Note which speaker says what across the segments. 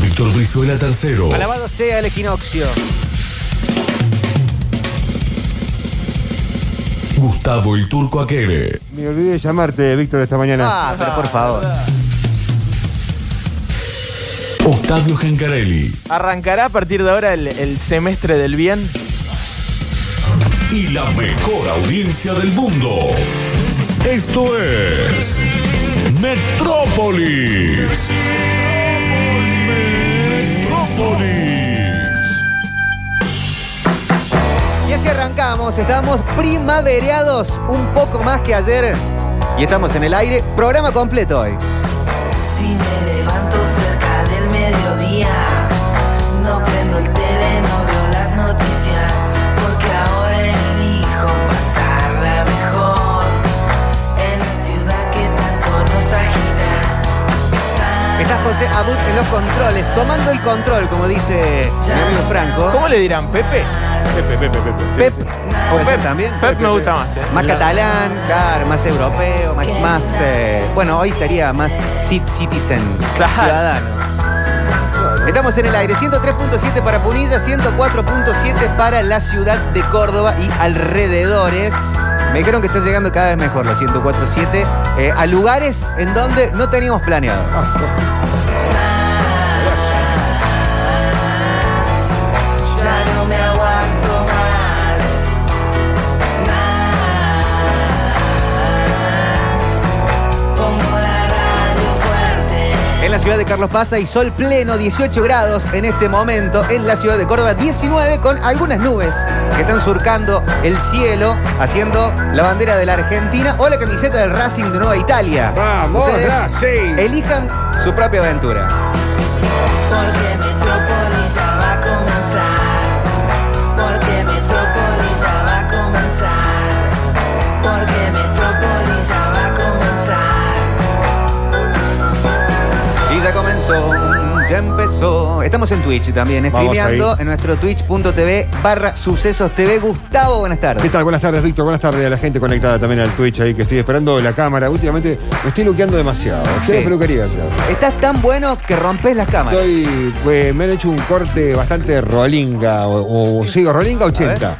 Speaker 1: Víctor Brizuela tercero.
Speaker 2: Alabado sea el equinoccio.
Speaker 1: Gustavo el Turco Aquere.
Speaker 3: Me olvidé de llamarte, Víctor, esta mañana.
Speaker 2: Ah, pero por favor.
Speaker 1: Octavio Gencarelli.
Speaker 4: ¿Arrancará a partir de ahora el, el semestre del bien?
Speaker 1: y la mejor audiencia del mundo. Esto es Metrópolis. Metrópolis.
Speaker 2: Y así arrancamos, estamos primavereados un poco más que ayer. Y estamos en el aire, programa completo hoy.
Speaker 5: Si me levanto cerca del mediodía, no prendo el tele, no veo las noticias, porque ahora elijo pasarla mejor en la ciudad que tanto nos agita.
Speaker 2: Está José Abud en los controles, tomando el control, como dice mi amigo Franco.
Speaker 4: ¿Cómo le dirán? ¿Pepe?
Speaker 3: Pepe, Pepe, Pepe. Sí,
Speaker 2: Pep,
Speaker 3: sí.
Speaker 2: ¿puede ser
Speaker 4: Pep.
Speaker 2: también?
Speaker 4: Pep me gusta más, eh.
Speaker 2: Más catalán, claro, más europeo, más. más, eh, bueno, hoy sería más cit- citizen,
Speaker 4: Claro.
Speaker 2: ciudadano. Estamos en el aire, 103.7 para Punilla, 104.7 para la ciudad de Córdoba y alrededores. Me dijeron que está llegando cada vez mejor la 104.7 eh, a lugares en donde no teníamos planeado.
Speaker 5: Ya no me aguanto más, más. Pongo la radio fuerte.
Speaker 2: En la ciudad de Carlos Paz y sol pleno, 18 grados en este momento. En la ciudad de Córdoba, 19 con algunas nubes que están surcando el cielo, haciendo la bandera de la Argentina o la camiseta del Racing de Nueva Italia.
Speaker 3: Vamos,
Speaker 2: Ustedes
Speaker 3: Racing.
Speaker 2: Elijan su propia aventura.
Speaker 5: Porque Metrópolis ya va a comenzar. Porque Metrópolis ya va a comenzar. Porque Metrópolis ya va a comenzar.
Speaker 2: Y ya comenzó, ya empezó. Estamos en Twitch también,
Speaker 3: Vamos
Speaker 2: streameando
Speaker 3: ahí.
Speaker 2: en nuestro twitch.tv barra sucesos TV. Gustavo, buenas
Speaker 3: ¿Qué
Speaker 2: tardes.
Speaker 3: tal? Buenas tardes, Víctor. Buenas tardes a la gente conectada también al Twitch ahí que estoy esperando la cámara. Últimamente me estoy luqueando demasiado. Estoy
Speaker 2: Sí.
Speaker 3: en la peluquería, señor.
Speaker 2: Estás tan bueno que rompes las cámaras.
Speaker 3: Estoy, eh, me han hecho un corte bastante rolinga, o, o- sí, o rolinga 80.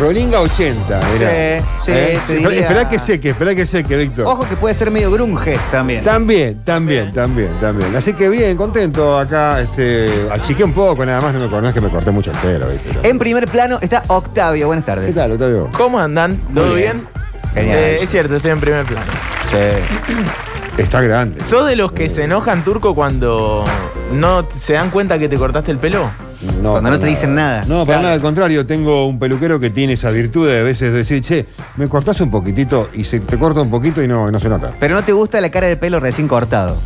Speaker 3: Rolinga 80, mirá.
Speaker 2: Sí, sí, te
Speaker 3: espera,
Speaker 2: diría-
Speaker 3: esperá que seque, esperá que seque, Víctor.
Speaker 2: Ojo que puede ser medio grunge también.
Speaker 3: También, también, también, también. Así que bien, contento acá, este, achiqué un poco, nada más, no, me, cor- no es que me corté mucho el pelo, ¿viste?
Speaker 2: En primer plano está Octavio, buenas tardes.
Speaker 3: ¿Qué tal, Octavio?
Speaker 4: ¿Cómo andan? ¿Todo
Speaker 2: Muy
Speaker 4: bien?
Speaker 2: Genial.
Speaker 4: Eh, es cierto, estoy en primer plano.
Speaker 2: Sí.
Speaker 3: Está grande.
Speaker 4: ¿Sos de los que se enojan turco cuando no t- se dan cuenta que te cortaste el pelo?
Speaker 2: Cuando
Speaker 3: para
Speaker 2: no te dicen nada.
Speaker 3: No, para
Speaker 4: Claro.
Speaker 3: nada, al contrario, tengo un peluquero que tiene esa virtud de a veces decir, che, me cortás un poquitito y se te corta un poquito y no, no se nota.
Speaker 2: Pero no te gusta la cara de pelo recién cortado.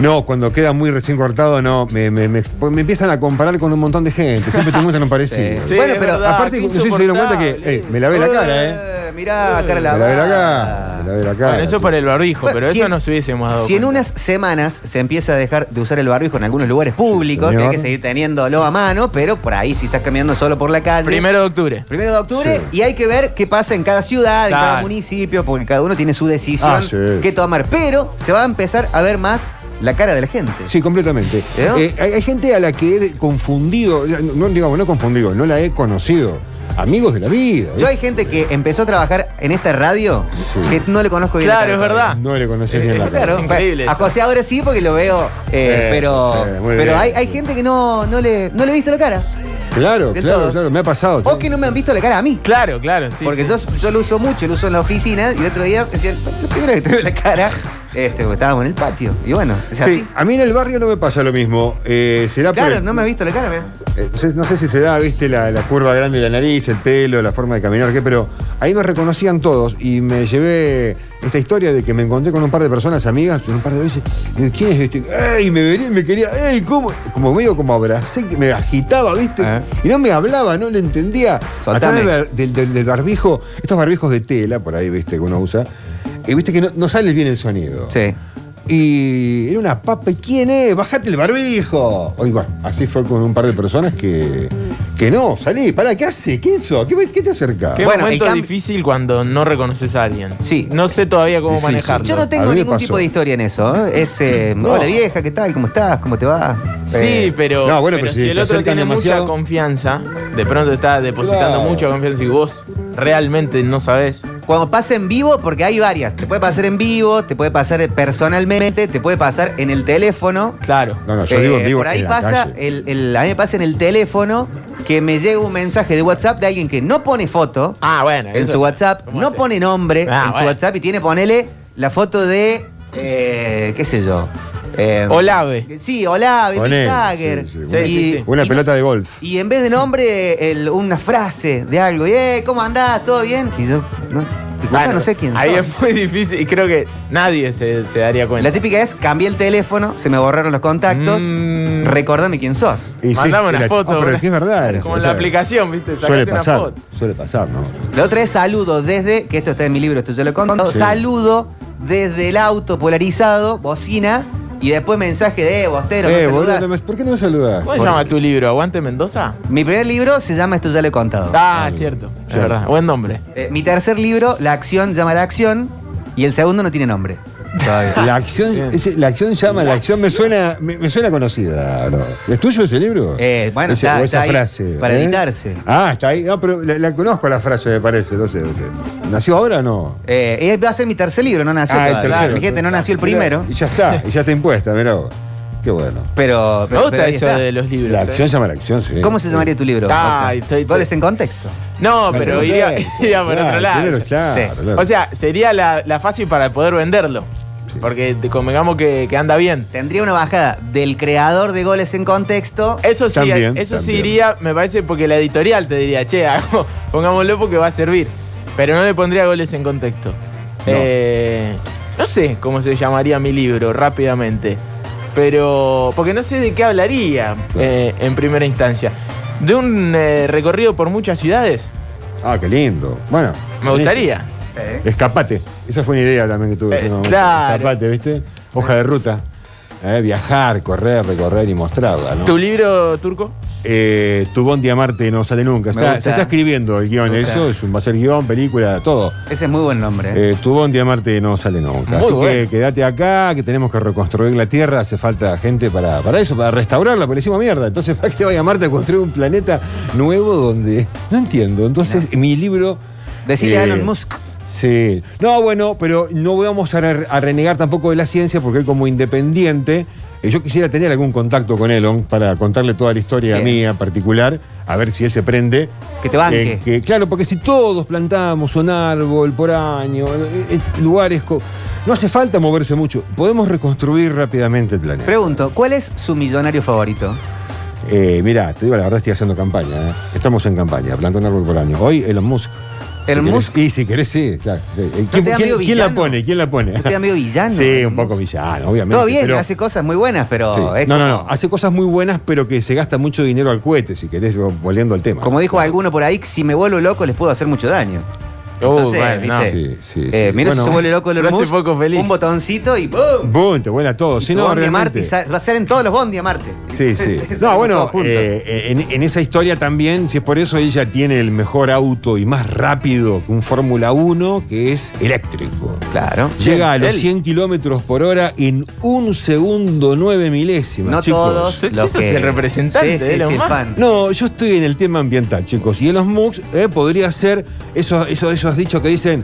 Speaker 3: No, cuando queda muy recién cortado, no, me, me- me- porque me empiezan a comparar con un montón de gente, siempre te muestran un parecido.
Speaker 2: Sí. Bueno,
Speaker 4: es
Speaker 2: pero
Speaker 3: Aparte,
Speaker 4: qué
Speaker 3: no sé si se dieron cuenta que,
Speaker 4: insoportable.
Speaker 3: eh, me lavé la cara, ¿eh?
Speaker 2: Mirá, cara
Speaker 3: Me
Speaker 2: la
Speaker 3: lavé la cara, me lavé la cara.
Speaker 4: Bueno, eso por el barbijo,
Speaker 2: Bueno,
Speaker 4: pero
Speaker 2: si
Speaker 4: eso
Speaker 2: en-
Speaker 4: nos hubiésemos dado
Speaker 2: Si en
Speaker 4: cuenta.
Speaker 2: unas semanas se empieza a dejar de usar el barbijo en algunos lugares públicos,
Speaker 3: Sí,
Speaker 2: que hay
Speaker 3: señor.
Speaker 2: que seguir teniéndolo a mano, pero por ahí si estás caminando solo por la calle.
Speaker 4: Primero de octubre.
Speaker 2: Primero de octubre
Speaker 3: Sí.
Speaker 2: y hay que ver qué pasa en cada ciudad, en cada
Speaker 4: Claro.
Speaker 2: municipio, porque cada uno tiene su decisión
Speaker 3: Ah, sí.
Speaker 2: que tomar. Pero se va a empezar a ver más la cara de la gente.
Speaker 3: Sí, completamente.
Speaker 2: ¿Eh?
Speaker 3: Eh, hay, hay gente a la que he confundido, ya, no digamos, no confundido, no la he conocido. Amigos de la vida.
Speaker 2: Yo
Speaker 3: ¿viste?
Speaker 2: hay gente que empezó a trabajar en esta radio
Speaker 3: Sí.
Speaker 2: que no le conozco bien. la
Speaker 4: Claro,
Speaker 2: cara
Speaker 4: es
Speaker 2: todavía.
Speaker 4: verdad.
Speaker 3: No le conocí ni
Speaker 4: Eh,
Speaker 3: en la cara.
Speaker 2: Claro,
Speaker 4: Es increíble
Speaker 2: a
Speaker 4: eso.
Speaker 2: José ahora sí porque lo veo, eh,
Speaker 3: Eh,
Speaker 2: pero,
Speaker 3: sí, muy
Speaker 2: pero
Speaker 3: bien.
Speaker 2: hay, hay gente que no, no, le, no le he visto la cara.
Speaker 3: Claro,
Speaker 2: De
Speaker 3: claro,
Speaker 2: todo.
Speaker 3: claro, me ha pasado.
Speaker 2: O que no me han visto la cara a mí.
Speaker 4: Claro, claro, sí.
Speaker 2: Porque
Speaker 4: sí.
Speaker 2: yo, yo lo uso mucho, lo uso en la oficina y el otro día decían, lo primero que te veo la cara Este, porque estábamos en el patio. Y bueno, es así.
Speaker 3: Sí, a mí en el barrio no me pasa lo mismo. Eh, será por
Speaker 2: Claro,
Speaker 3: el-
Speaker 2: no me has visto la cara, mira.
Speaker 3: eh, no sé- no sé si será, viste, la, la curva grande de la nariz, el pelo, la forma de caminar, qué, pero ahí me reconocían todos y me llevé esta historia de que me encontré con un par de personas amigas, un par de veces. y digo, ¿Quién es este? ¡Ey! Me venía y me quería, ¡ey! ¿Cómo? Como medio como abracé, que me agitaba, viste,
Speaker 2: Ah.
Speaker 3: y no me hablaba, no le entendía. Atrás
Speaker 2: Soltame.
Speaker 3: del, bar- del- del- del barbijo, estos barbijos de tela, por ahí, viste, que uno usa, y viste que no, no sale bien el sonido.
Speaker 2: Sí.
Speaker 3: Y era una papa. ¿Y quién es? Bajate el barbijo. Oye, bueno, así fue con un par de personas que. Que no, salí, pará, ¿qué hace? ¿Qué hizo? ¿Qué, qué te acerca?
Speaker 4: Qué
Speaker 2: Bueno,
Speaker 4: momento
Speaker 2: el cam-
Speaker 4: difícil cuando no reconoces a alguien.
Speaker 2: Sí.
Speaker 4: No sé todavía cómo
Speaker 3: Difícil.
Speaker 4: manejarlo.
Speaker 2: Yo no
Speaker 3: A mí
Speaker 2: tengo
Speaker 3: me
Speaker 2: ningún
Speaker 3: pasó.
Speaker 2: tipo de historia en eso. ¿eh? Es, eh,
Speaker 3: No.
Speaker 2: hola vieja, ¿qué tal? ¿Cómo estás? ¿Cómo te va?
Speaker 4: Sí, pero,
Speaker 3: Eh, no, bueno,
Speaker 4: pero
Speaker 3: pero si
Speaker 4: si, el
Speaker 3: te
Speaker 4: otro
Speaker 3: acercan
Speaker 4: tiene
Speaker 3: demasiado-
Speaker 4: mucha confianza, de pronto está depositando
Speaker 3: Claro.
Speaker 4: mucha confianza y vos realmente no sabés.
Speaker 2: Cuando pasa en vivo, porque hay varias. Te puede pasar en vivo, te puede pasar personalmente, te puede pasar en el teléfono.
Speaker 4: Claro.
Speaker 3: No, no, yo digo
Speaker 2: Eh,
Speaker 3: en vivo.
Speaker 2: por ahí
Speaker 3: en la
Speaker 2: pasa,
Speaker 4: eh,
Speaker 3: calle.
Speaker 2: el, el- a mí me pasa en el teléfono que me llega un mensaje de WhatsApp de alguien que no pone foto
Speaker 4: Ah, bueno.
Speaker 2: en
Speaker 4: eso-
Speaker 2: su WhatsApp,
Speaker 4: ¿cómo
Speaker 2: no
Speaker 4: hace?
Speaker 2: pone nombre
Speaker 4: Ah,
Speaker 2: en su
Speaker 4: bueno.
Speaker 2: WhatsApp y tiene, ponele, la foto de, eh, qué sé yo. eh,
Speaker 4: Olave.
Speaker 2: Sí, hola, Mick
Speaker 3: Ponele,
Speaker 2: Jagger.
Speaker 3: sí, sí,
Speaker 4: una- Sí, sí, sí.
Speaker 3: Una
Speaker 2: y-
Speaker 3: pelota de golf.
Speaker 2: Y en vez de nombre, el- una frase de algo. Y, eh, ¿cómo andás? ¿Todo bien? Y yo, no, disculpa,
Speaker 4: Bueno,
Speaker 2: no sé quién
Speaker 4: Ahí
Speaker 2: sos.
Speaker 4: es muy difícil y creo que nadie se, se daría cuenta.
Speaker 2: La típica es, cambié el teléfono, se me borraron los contactos,
Speaker 4: Mm.
Speaker 2: recordame quién sos.
Speaker 3: Y sí,
Speaker 4: Mandame
Speaker 3: y
Speaker 4: una
Speaker 3: la-
Speaker 4: foto.
Speaker 3: Ah, pero
Speaker 4: una-
Speaker 3: es que es verdad.
Speaker 4: Como
Speaker 3: o
Speaker 4: en
Speaker 3: sea,
Speaker 4: la aplicación, ¿viste? Sacate
Speaker 3: Suele
Speaker 4: una
Speaker 3: pasar.
Speaker 4: foto.
Speaker 3: Suele pasar, ¿no?
Speaker 2: La otra es saludo desde, que esto está en mi libro, esto yo lo conto,
Speaker 3: Sí.
Speaker 2: saludo desde el auto polarizado, bocina, y después mensaje de, eh, bostero, no
Speaker 3: eh,
Speaker 2: saludás".
Speaker 3: boludo, no me- ¿por qué no me saludás?
Speaker 4: ¿Cómo se llama tu libro? ¿Aguante Mendoza?
Speaker 2: Mi primer libro se llama Esto ya lo he contado.
Speaker 4: Ah, cierto. Es
Speaker 3: Cierto.
Speaker 4: verdad. Buen nombre.
Speaker 2: Eh, mi tercer libro, La acción llama a la acción, y el segundo no tiene nombre. Todavía.
Speaker 3: La acción,
Speaker 4: Bien.
Speaker 3: ese- la acción llama, la acción me suena, me, me suena conocida. bro. ¿Es tuyo ese libro?
Speaker 2: Eh, bueno, está- está
Speaker 3: o esa
Speaker 2: ahí
Speaker 3: frase.
Speaker 2: para editarse.
Speaker 3: Ah, está ahí. No, pero la, la conozco la frase, me parece. No sé, no sé. ¿Nació ahora o no?
Speaker 2: Eh, eh, va a ser mi tercer libro, no nació
Speaker 3: Ah, el
Speaker 2: todavía.
Speaker 3: tercero.
Speaker 2: Fíjate, no nació el primero.
Speaker 3: Mirá, y ya está, y ya está impuesta, mirá vos. Qué bueno.
Speaker 2: Pero, pero-
Speaker 4: Me
Speaker 2: pero
Speaker 4: gusta
Speaker 2: ahí
Speaker 4: eso
Speaker 2: está.
Speaker 4: de los libros.
Speaker 3: La
Speaker 4: ¿eh?
Speaker 3: acción llama la acción, sí.
Speaker 2: ¿Cómo se llamaría tu libro?
Speaker 4: Ah,
Speaker 2: Oscar?
Speaker 4: estoy-
Speaker 2: Pones en contexto.
Speaker 4: No,
Speaker 3: La
Speaker 4: pero
Speaker 3: segunda
Speaker 4: iría,
Speaker 3: vez.
Speaker 4: iría por
Speaker 3: Claro,
Speaker 4: otro lado.
Speaker 3: primero, claro,
Speaker 2: Sí.
Speaker 3: claro.
Speaker 4: O sea, sería la, la fácil para poder venderlo. Porque te convengamos que, que anda bien.
Speaker 2: Tendría una bajada del creador de goles en contexto.
Speaker 4: Eso sí,
Speaker 3: También,
Speaker 4: eso sí
Speaker 3: también.
Speaker 4: iría, me parece, porque la editorial te diría, che, hagamos- pongámoslo porque va a servir. Pero no le pondría goles en contexto. Eh, no sé cómo se llamaría mi libro rápidamente. Pero. Porque no sé de qué hablaría eh, en primera instancia. De un eh, recorrido por muchas ciudades.
Speaker 3: Ah, qué lindo. Bueno.
Speaker 4: Me gustaría.
Speaker 3: Escapate. Esa fue una idea también que tuve.
Speaker 4: Eh,
Speaker 3: en ese momento.
Speaker 4: claro.
Speaker 3: Escapate, ¿viste? Hoja de ruta. Eh, viajar, correr, recorrer y mostrarla, ¿no?
Speaker 4: ¿Tu libro turco?
Speaker 3: Eh, tu Bondi a Marte no sale nunca. Está-
Speaker 2: gusta.
Speaker 3: se está escribiendo el guión,
Speaker 2: Me gusta.
Speaker 3: eso es un- va a ser guión, película, todo.
Speaker 2: Ese es muy buen nombre. ¿eh?
Speaker 3: Eh, tu Bondi a Marte no sale nunca.
Speaker 4: Muy
Speaker 3: Así que
Speaker 4: bueno.
Speaker 3: quédate acá, que tenemos que reconstruir la Tierra. Hace falta gente para, para eso, para restaurarla, porque le hicimos mierda. Entonces, ¿para qué te vaya a Marte a construir un planeta nuevo donde.? No entiendo. Entonces, mi libro.
Speaker 2: Decirle a
Speaker 3: eh,
Speaker 2: Elon Musk.
Speaker 3: Sí. No, bueno, pero no vamos a, re- a renegar tampoco de la ciencia, porque él como independiente, eh, yo quisiera tener algún contacto con Elon para contarle toda la historia
Speaker 2: Bien.
Speaker 3: mía particular, a ver si él se prende.
Speaker 2: Que te banque.
Speaker 3: Eh, que- claro, porque si todos plantamos un árbol por año, eh, eh, lugares... co- no hace falta moverse mucho, podemos reconstruir rápidamente el planeta.
Speaker 2: Pregunto, ¿cuál es su millonario favorito?
Speaker 3: Eh, mirá, te digo la verdad, estoy haciendo campaña. ¿eh? Estamos en campaña, planta un árbol por año. Hoy Elon Musk.
Speaker 2: ¿Elon
Speaker 3: Si querés-
Speaker 2: Musk?
Speaker 3: Y si querés, sí, claro. Eh, ¿Quién,
Speaker 2: te da
Speaker 3: quién-
Speaker 2: medio
Speaker 3: quién la
Speaker 2: villano?
Speaker 3: pone? ¿Quién la pone?
Speaker 2: ¿Usted medio villano?
Speaker 3: Sí,
Speaker 2: Elon
Speaker 3: un poco
Speaker 2: Musk.
Speaker 3: villano, obviamente.
Speaker 2: Todo bien,
Speaker 3: pero-
Speaker 2: hace cosas muy buenas, pero.
Speaker 3: sí.
Speaker 2: es
Speaker 3: No, no,
Speaker 2: como-
Speaker 3: no. Hace cosas muy buenas, pero que se gasta mucho dinero al cohete, si querés, volviendo al tema.
Speaker 2: Como dijo alguno por ahí, si me vuelvo loco les puedo hacer mucho daño. Entonces,
Speaker 4: Uh, bueno, no.
Speaker 2: ¿viste?
Speaker 3: Sí, sí, sí.
Speaker 2: Eh, Mirá si
Speaker 3: Bueno,
Speaker 2: se vuelve loco el
Speaker 4: lo hace
Speaker 2: Musk,
Speaker 4: poco feliz.
Speaker 2: Un botoncito y ¡boom!
Speaker 3: Boom, te vuela todo. Si
Speaker 2: Tu
Speaker 3: no,
Speaker 2: Bondi a Marte,
Speaker 3: realmente-
Speaker 2: y sa- va a ser en todos los Bondi a Marte.
Speaker 3: Sí, sí.
Speaker 2: Salimos
Speaker 3: No,
Speaker 2: todos
Speaker 3: bueno,
Speaker 2: juntos.
Speaker 3: eh, en, en esa historia también, si es por eso, ella tiene el mejor auto y más rápido que un Fórmula 1, que es eléctrico.
Speaker 2: Claro.
Speaker 3: Llega a los
Speaker 4: él.
Speaker 3: 100 kilómetros por hora en un segundo 9 milésimas.
Speaker 2: No
Speaker 3: chicos.
Speaker 2: todos.
Speaker 4: Eso
Speaker 2: los
Speaker 4: es el representante
Speaker 2: Sí,
Speaker 4: de
Speaker 2: sí,
Speaker 4: Elon
Speaker 2: sí, el
Speaker 4: Musk.
Speaker 2: fan.
Speaker 3: No, yo estoy en el tema ambiental, chicos. Y en los MOOCs eh, podría ser esos, esos, esos dichos que dicen.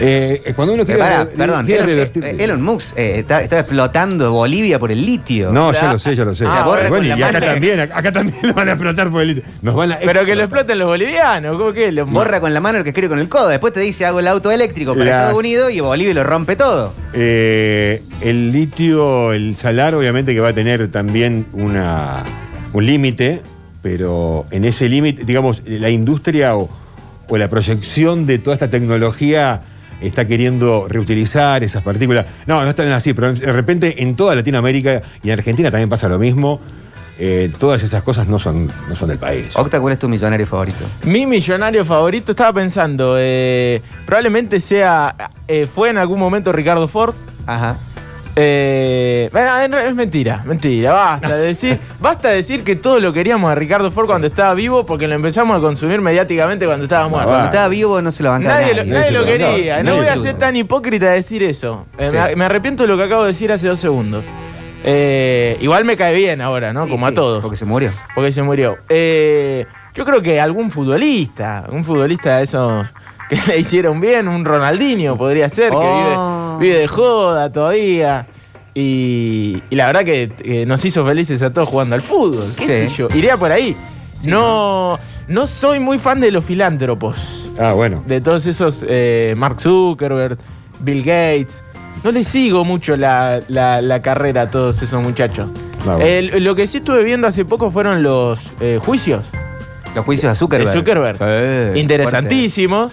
Speaker 3: eh, cuando uno
Speaker 2: Pero
Speaker 3: quiere.
Speaker 2: pará,
Speaker 3: re-
Speaker 2: perdón.
Speaker 3: quiere
Speaker 2: Elon,
Speaker 3: revertir-
Speaker 2: eh, Elon Musk eh, está, está explotando Bolivia por el litio.
Speaker 3: No, ya lo sé, ya lo sé.
Speaker 2: O sea,
Speaker 4: Ah,
Speaker 2: vos
Speaker 4: bueno.
Speaker 3: Bueno,
Speaker 2: con
Speaker 3: y
Speaker 2: la
Speaker 3: acá
Speaker 2: mano.
Speaker 3: también, acá, acá también lo van a explotar por el. Nos van a
Speaker 4: Pero que lo exploten los bolivianos, ¿cómo que? Lo-
Speaker 2: Borra con la mano el que escribe con el codo. Después te dice hago el auto eléctrico para
Speaker 3: Las-
Speaker 2: Estados Unidos y Bolivia lo rompe todo.
Speaker 3: Eh, el litio, el salar, obviamente que va a tener también una, un límite, pero en ese límite, digamos, la industria o, o la proyección de toda esta tecnología está queriendo reutilizar esas partículas. No, no están así, pero de repente en toda Latinoamérica y en Argentina también pasa lo mismo. Eh, todas esas cosas no son, no son del país.
Speaker 2: Octa, ¿cuál es tu millonario favorito?
Speaker 4: Mi millonario favorito, estaba pensando, eh, probablemente sea, eh, fue en algún momento Ricardo Ford.
Speaker 2: Ajá.
Speaker 3: Ah.
Speaker 4: Eh, bueno, en re- es mentira, mentira, basta de decir, basta de decir que todo lo queríamos a Ricardo Ford cuando estaba vivo porque lo empezamos a consumir mediáticamente cuando estaba muerto.
Speaker 3: va.
Speaker 2: Cuando estaba vivo no se lo bancaba
Speaker 4: Nadie,
Speaker 2: nadie.
Speaker 4: lo,
Speaker 3: nadie
Speaker 4: nadie
Speaker 3: se
Speaker 4: lo
Speaker 3: lo bancaba,
Speaker 4: quería, no
Speaker 3: nadie
Speaker 4: voy a
Speaker 3: se lo
Speaker 4: ser
Speaker 3: bancaba.
Speaker 4: tan hipócrita de decir eso. Eh,
Speaker 2: Sí.
Speaker 4: me, ar- me arrepiento de lo que acabo de decir hace dos segundos. Eh, igual me cae bien ahora, ¿no?
Speaker 2: Sí,
Speaker 4: Como a
Speaker 2: sí,
Speaker 4: todos.
Speaker 2: Porque se murió.
Speaker 4: Porque se murió. Eh, yo creo que algún futbolista, un futbolista de esos que le hicieron bien, un Ronaldinho podría ser,
Speaker 2: Oh.
Speaker 4: que vive, vive de joda todavía. Y, y la verdad que eh, nos hizo felices a todos jugando al fútbol. ¿Qué
Speaker 2: Sí.
Speaker 4: sé yo? Iría por ahí. no, no soy muy fan de los filántropos,
Speaker 3: Ah, bueno.
Speaker 4: de todos esos eh, Mark Zuckerberg, Bill Gates. No les sigo mucho la, la- la carrera a todos esos muchachos.
Speaker 3: Ah, bueno.
Speaker 4: Eh, lo que sí estuve viendo hace poco fueron los eh, juicios
Speaker 2: Los juicios a
Speaker 4: de
Speaker 2: Zuckerberg.
Speaker 4: Zuckerberg.
Speaker 2: Sí,
Speaker 4: Interesantísimos.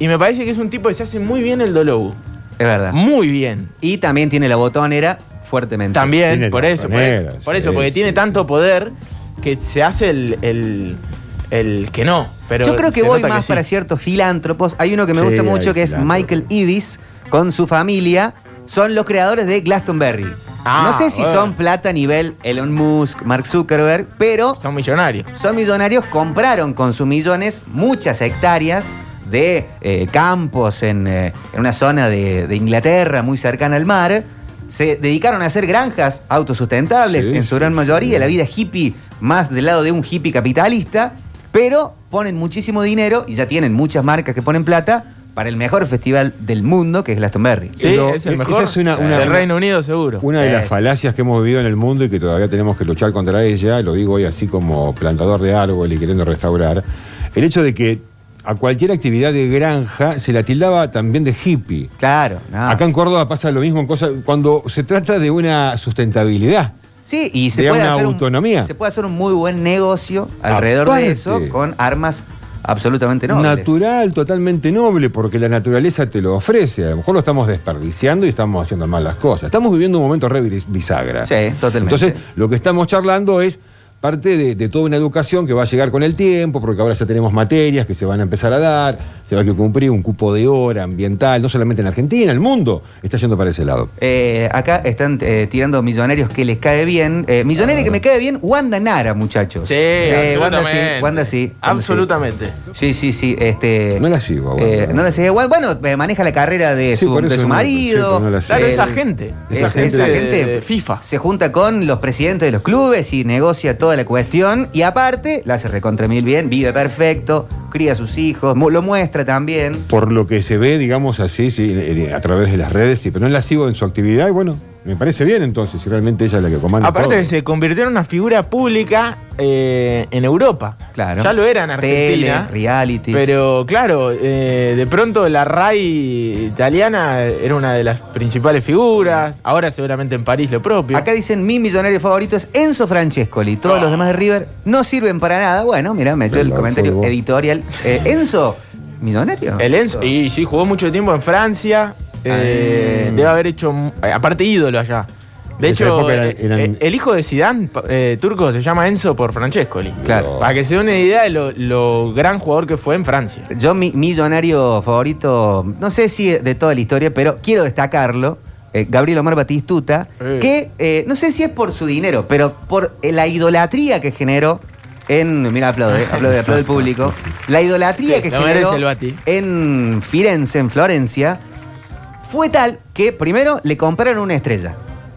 Speaker 4: Y me parece que es un tipo que se hace muy bien el Dolobu.
Speaker 2: fuerte. Es
Speaker 3: Ah.
Speaker 2: verdad.
Speaker 4: Muy bien.
Speaker 2: Y también tiene la botonera fuertemente.
Speaker 4: También,
Speaker 3: Tiene
Speaker 4: por
Speaker 3: la
Speaker 4: eso, por eso.
Speaker 3: manera,
Speaker 4: Por
Speaker 3: sí,
Speaker 4: eso, porque
Speaker 3: sí,
Speaker 4: tiene
Speaker 3: sí.
Speaker 4: tanto poder que se hace el, el, el que no. Pero
Speaker 2: Yo creo que
Speaker 4: se
Speaker 2: voy
Speaker 4: nota
Speaker 2: más
Speaker 4: sí.
Speaker 2: para ciertos filántropos. Hay uno que me
Speaker 3: Sí,
Speaker 2: gusta
Speaker 3: hay
Speaker 2: mucho que es
Speaker 3: filántropos.
Speaker 2: Michael Ibis con su familia. Son los creadores de Glastonbury.
Speaker 4: Ah,
Speaker 2: no sé si
Speaker 4: bueno.
Speaker 2: son plata a nivel Elon Musk, Mark Zuckerberg, pero
Speaker 4: Son millonarios.
Speaker 2: son millonarios, compraron con sus millones muchas hectáreas de eh, campos en, eh, en una zona de, de Inglaterra muy cercana al mar. Se dedicaron a hacer granjas autosustentables
Speaker 3: Sí,
Speaker 2: en su
Speaker 3: sí,
Speaker 2: gran
Speaker 3: sí.
Speaker 2: mayoría, la vida hippie más del lado de un hippie capitalista, pero ponen muchísimo dinero y ya tienen muchas marcas que ponen plata para el mejor festival del mundo, que es Glastonbury.
Speaker 4: Sí,
Speaker 3: Pero
Speaker 4: es el
Speaker 3: e- esa
Speaker 4: mejor.
Speaker 3: es una-
Speaker 4: Sí.
Speaker 3: una-
Speaker 4: del Reino Unido, seguro.
Speaker 3: Una de las
Speaker 2: Es.
Speaker 3: falacias que hemos vivido en el mundo y que todavía tenemos que luchar contra ella, lo digo hoy así como plantador de árbol y queriendo restaurar, el hecho de que a cualquier actividad de granja se la tildaba también de hippie.
Speaker 2: Claro, no.
Speaker 3: Acá en Córdoba pasa lo mismo en cosas, cuando se trata de una sustentabilidad.
Speaker 2: Sí, y se
Speaker 3: Le da
Speaker 2: puede
Speaker 3: una
Speaker 2: hacer un-
Speaker 3: autonomía.
Speaker 2: se puede hacer un muy buen negocio alrededor
Speaker 3: Aparte.
Speaker 2: de eso con armas absolutamente nobles.
Speaker 3: Natural, totalmente noble, porque la naturaleza te lo ofrece. A lo mejor lo estamos desperdiciando y estamos haciendo mal las cosas. Estamos viviendo un momento re bis- bisagra.
Speaker 2: Sí, totalmente.
Speaker 3: Entonces, lo que estamos charlando es parte de, de toda una educación que va a llegar con el tiempo, porque ahora ya tenemos materias que se van a empezar a dar, se va a que cumplir un cupo de hora ambiental, no solamente en Argentina, el mundo está yendo para ese lado.
Speaker 2: Eh, acá están eh, tirando millonarios que les cae bien. Eh, millonario que me cae bien, Wanda Nara, muchachos.
Speaker 4: Sí,
Speaker 2: Eh, Wanda sí,
Speaker 4: absolutamente.
Speaker 2: Wanda sí. Wanda sí.
Speaker 4: absolutamente.
Speaker 2: Sí, sí, sí. Este,
Speaker 3: No la sigo, Wanda.
Speaker 2: eh, no la sigo. Bueno, bueno, eh, maneja la carrera de
Speaker 3: Sí,
Speaker 2: su,
Speaker 3: por
Speaker 2: de
Speaker 3: eso
Speaker 2: su
Speaker 3: no- sí,
Speaker 2: marido.
Speaker 3: pero no la sigo.
Speaker 4: Claro,
Speaker 2: El-
Speaker 4: esa gente.
Speaker 3: Esa
Speaker 2: Es-
Speaker 3: gente
Speaker 2: esa
Speaker 4: de-
Speaker 2: gente
Speaker 4: de FIFA.
Speaker 2: se junta con los presidentes de los clubes y negocia toda la cuestión. Y aparte, la hace recontra mil bien, vive perfecto, cría a sus hijos, mu- lo muestra también.
Speaker 3: Por lo que se ve, digamos así, sí, eh, a través de las redes, sí, pero no la sigo en su actividad y bueno, me parece bien entonces, si realmente ella es la que comanda.
Speaker 4: Aparte
Speaker 3: todo.
Speaker 4: que se convirtió en una figura pública eh, en Europa.
Speaker 2: Claro.
Speaker 4: Ya lo era en
Speaker 2: Tele,
Speaker 4: Argentina.
Speaker 2: reality.
Speaker 4: pero claro, eh, de pronto la RAI italiana era una de las principales figuras. Ahora seguramente en París lo propio.
Speaker 2: Acá dicen, mi millonario favorito es Enzo Francescoli. Todos
Speaker 4: Ah.
Speaker 2: los demás de River no sirven para nada. Bueno, mira, me echó el
Speaker 3: Claro,
Speaker 2: comentario
Speaker 3: fútbol.
Speaker 2: editorial. Eh, Enzo, millonario.
Speaker 4: El Enzo. Y Ah, sí, jugó mucho tiempo en Francia. eh,
Speaker 3: Ah.
Speaker 4: Debe haber hecho. mu- eh, Aparte, ídolo allá. De
Speaker 3: En esa
Speaker 4: hecho,
Speaker 3: época eran-
Speaker 4: eh,
Speaker 3: eran-
Speaker 4: eh, el hijo de Zidane, pa- eh, turco, se llama Enzo por Francescoli.
Speaker 2: Claro.
Speaker 4: Para que se dé una idea de lo, lo gran jugador que fue en Francia.
Speaker 2: Yo, mi millonario favorito, no sé si de toda la historia, pero quiero destacarlo. eh, Gabriel Omar Batistuta,
Speaker 4: Eh.
Speaker 2: que eh, no sé si es por su dinero, pero por eh, la idolatría que generó en. Mira, aplaude, aplaude, aplaude el público. La idolatría
Speaker 4: Sí,
Speaker 2: que
Speaker 4: lo
Speaker 2: generó
Speaker 4: merece el Bati.
Speaker 2: en Firenze, en Florencia, fue tal que primero le compraron una estrella.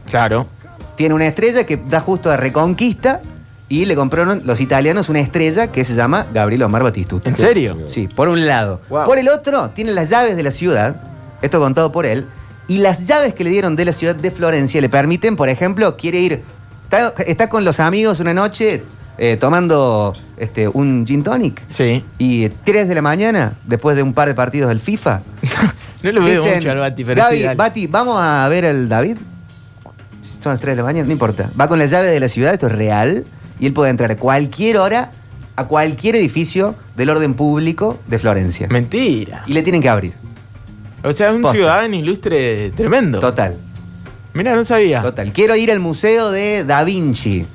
Speaker 4: Claro.
Speaker 2: Tiene una estrella que da justo a Reconquista y le compraron los italianos una estrella que se llama Gabriel Omar Batistuta.
Speaker 4: ¿En serio?
Speaker 2: Sí, por un lado.
Speaker 4: Wow.
Speaker 2: Por el otro, tiene las llaves de la ciudad, esto contado por él, y las llaves que le dieron de la ciudad de Florencia le permiten, por ejemplo, quiere ir Está, está con los amigos una noche eh, tomando este, un gin tonic.
Speaker 4: Sí.
Speaker 2: Y 3 de la mañana, después de un par de partidos del FIFA,
Speaker 4: No lo veo
Speaker 2: dicen,
Speaker 4: mucho al Bati, pero
Speaker 2: "Gaby,
Speaker 4: sí, dale.
Speaker 2: Bati, vamos a ver al David. Son las 3 de la mañana, no importa. Va con la llave de la ciudad, esto es real, y él puede entrar a cualquier hora a cualquier edificio del orden público de Florencia.
Speaker 4: Mentira.
Speaker 2: Y le tienen que abrir.
Speaker 4: O sea, es un
Speaker 2: Posta.
Speaker 4: ciudadano ilustre tremendo.
Speaker 2: Total.
Speaker 4: Mira, no sabía.
Speaker 2: Total, quiero ir al museo de Da Vinci.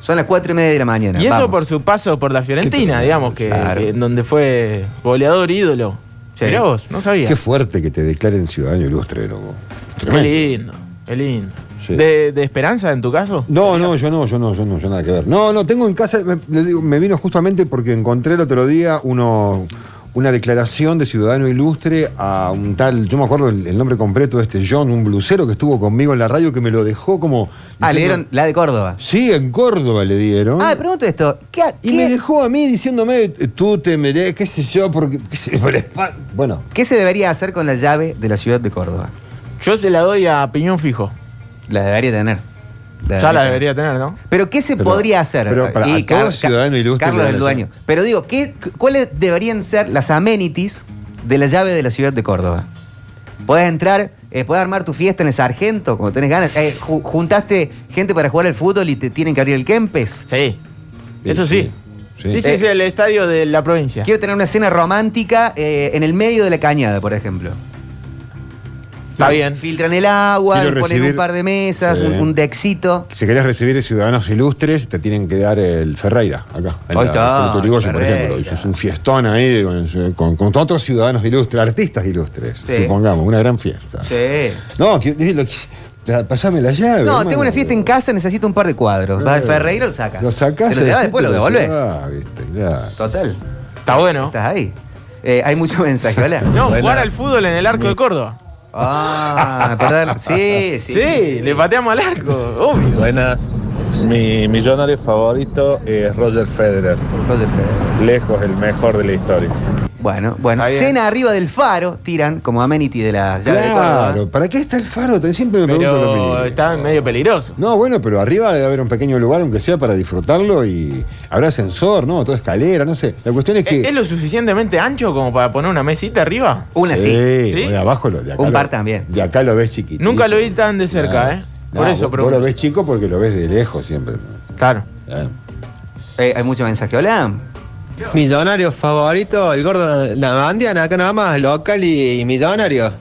Speaker 2: Son las cuatro y media de la mañana.
Speaker 4: Y eso
Speaker 2: Vamos.
Speaker 4: por su paso por la Fiorentina, digamos, que,
Speaker 2: Claro.
Speaker 4: que en donde fue goleador ídolo.
Speaker 2: Sí.
Speaker 4: Mirá vos, no sabía.
Speaker 3: Qué fuerte que te declaren ciudadano ilustre, loco.
Speaker 4: Qué
Speaker 3: Tremendo.
Speaker 4: lindo, qué lindo.
Speaker 3: Sí.
Speaker 4: ¿De, de esperanza en tu caso?
Speaker 3: No, no, yo no, yo no, yo no, yo nada que ver. No, no, tengo en casa, me, le digo, me vino justamente porque encontré el otro día uno, una declaración de ciudadano ilustre a un tal, yo me acuerdo el, el nombre completo de este John, un blusero que estuvo conmigo en la radio que me lo dejó como.
Speaker 2: Ah, le
Speaker 3: diciendo-
Speaker 2: dieron la de Córdoba.
Speaker 3: Sí, en Córdoba le dieron.
Speaker 2: Ah, pregunto esto. ¿Qué,
Speaker 3: y
Speaker 2: qué-
Speaker 3: me dejó a mí diciéndome, "Eh, tú te mereces, qué sé yo, porque. qué sé yo, por la espalda". Bueno,
Speaker 2: qué se debería hacer con la llave de la ciudad de Córdoba?
Speaker 4: Yo se la doy a Piñón Fijo.
Speaker 2: La debería tener.
Speaker 4: Ya la
Speaker 2: tener.
Speaker 4: debería tener, ¿no?
Speaker 2: Pero ¿qué se
Speaker 3: Pero-
Speaker 2: podría hacer?
Speaker 3: pero para
Speaker 2: Y
Speaker 3: a todo
Speaker 2: Car-
Speaker 3: ciudadano ilustre
Speaker 2: Carlos
Speaker 3: le
Speaker 2: el
Speaker 3: dan la
Speaker 2: dueño. Pero digo, ¿qué, cu- ¿cuáles deberían ser las amenities de la llave de la ciudad de Córdoba? Podés entrar, eh, podés armar tu fiesta en el Sargento, cuando tenés ganas. Eh, ju- juntaste gente para jugar al fútbol y te tienen que abrir el Kempes.
Speaker 4: Sí. Eso sí. Sí, sí,
Speaker 3: sí.
Speaker 4: sí, es el estadio de la provincia.
Speaker 2: Quiero tener una cena romántica eh, en el medio de la cañada, por ejemplo.
Speaker 4: Está bien.
Speaker 2: Filtran el agua,
Speaker 3: Quiero
Speaker 2: ponen
Speaker 3: recibir-
Speaker 2: un par de mesas,
Speaker 3: Sí.
Speaker 2: un, un dexito.
Speaker 3: Si querés recibir ciudadanos ilustres, te tienen que dar el Ferreira, acá. en
Speaker 2: Ahí
Speaker 3: la-
Speaker 2: está,
Speaker 3: en Urigoyen, por
Speaker 2: Ferreira.
Speaker 3: ejemplo. Es un fiestón ahí con, con- con otros ciudadanos ilustres, artistas ilustres,
Speaker 2: Sí.
Speaker 3: supongamos, una gran fiesta.
Speaker 2: Sí.
Speaker 3: No, que- eh, lo que- la- pasame la llave.
Speaker 2: No,
Speaker 3: hermano. Eh,
Speaker 2: tengo una fiesta en casa, necesito un par de cuadros. Vas al Ferreira, lo sacas.
Speaker 3: Lo sacás,
Speaker 2: Te lo
Speaker 3: y
Speaker 2: llevas,
Speaker 3: así
Speaker 2: después
Speaker 3: te
Speaker 2: lo devolves.
Speaker 3: llevás, viste, claro.
Speaker 2: Total.
Speaker 4: Está bueno.
Speaker 2: Estás ahí. Eh, hay mucho mensaje, hola.
Speaker 4: No,
Speaker 2: Hola.
Speaker 4: jugar al fútbol en el arco de Córdoba.
Speaker 2: Ah, perdón. Sí, sí.
Speaker 4: Sí, le pateamos al arco, obvio.
Speaker 6: Buenas. Mi millonario favorito es Roger Federer.
Speaker 2: Roger Federer.
Speaker 6: Lejos el mejor de la historia.
Speaker 2: Bueno, bueno.
Speaker 4: Está bien.
Speaker 2: Cena arriba del faro, tiran como amenity de la llave de Córdoba.
Speaker 3: Claro, ¿para qué está el faro? Te- Siempre me pregunto lo mismo.
Speaker 4: Pero está medio peligroso.
Speaker 3: No, bueno, pero arriba debe haber un pequeño lugar, aunque sea para disfrutarlo, y habrá ascensor, ¿no? Toda escalera, no sé. La cuestión es que.
Speaker 4: ¿Es, es lo suficientemente ancho como para poner una mesita arriba?
Speaker 2: Una sí.
Speaker 3: Sí,
Speaker 4: ¿Sí?
Speaker 3: bueno, abajo lo, de acá
Speaker 2: Un
Speaker 3: lo-
Speaker 2: par también.
Speaker 3: De acá lo ves chiquito.
Speaker 4: Nunca lo vi tan de cerca, ¿eh? Por eso
Speaker 3: Pero
Speaker 4: pregunto.
Speaker 3: lo ves chico porque lo ves de lejos siempre.
Speaker 4: Claro.
Speaker 3: Ah,
Speaker 2: Eh, hay mucho mensaje, hola.
Speaker 7: Millonario favorito, el gordo Namandian, acá nada más, local y, millonario.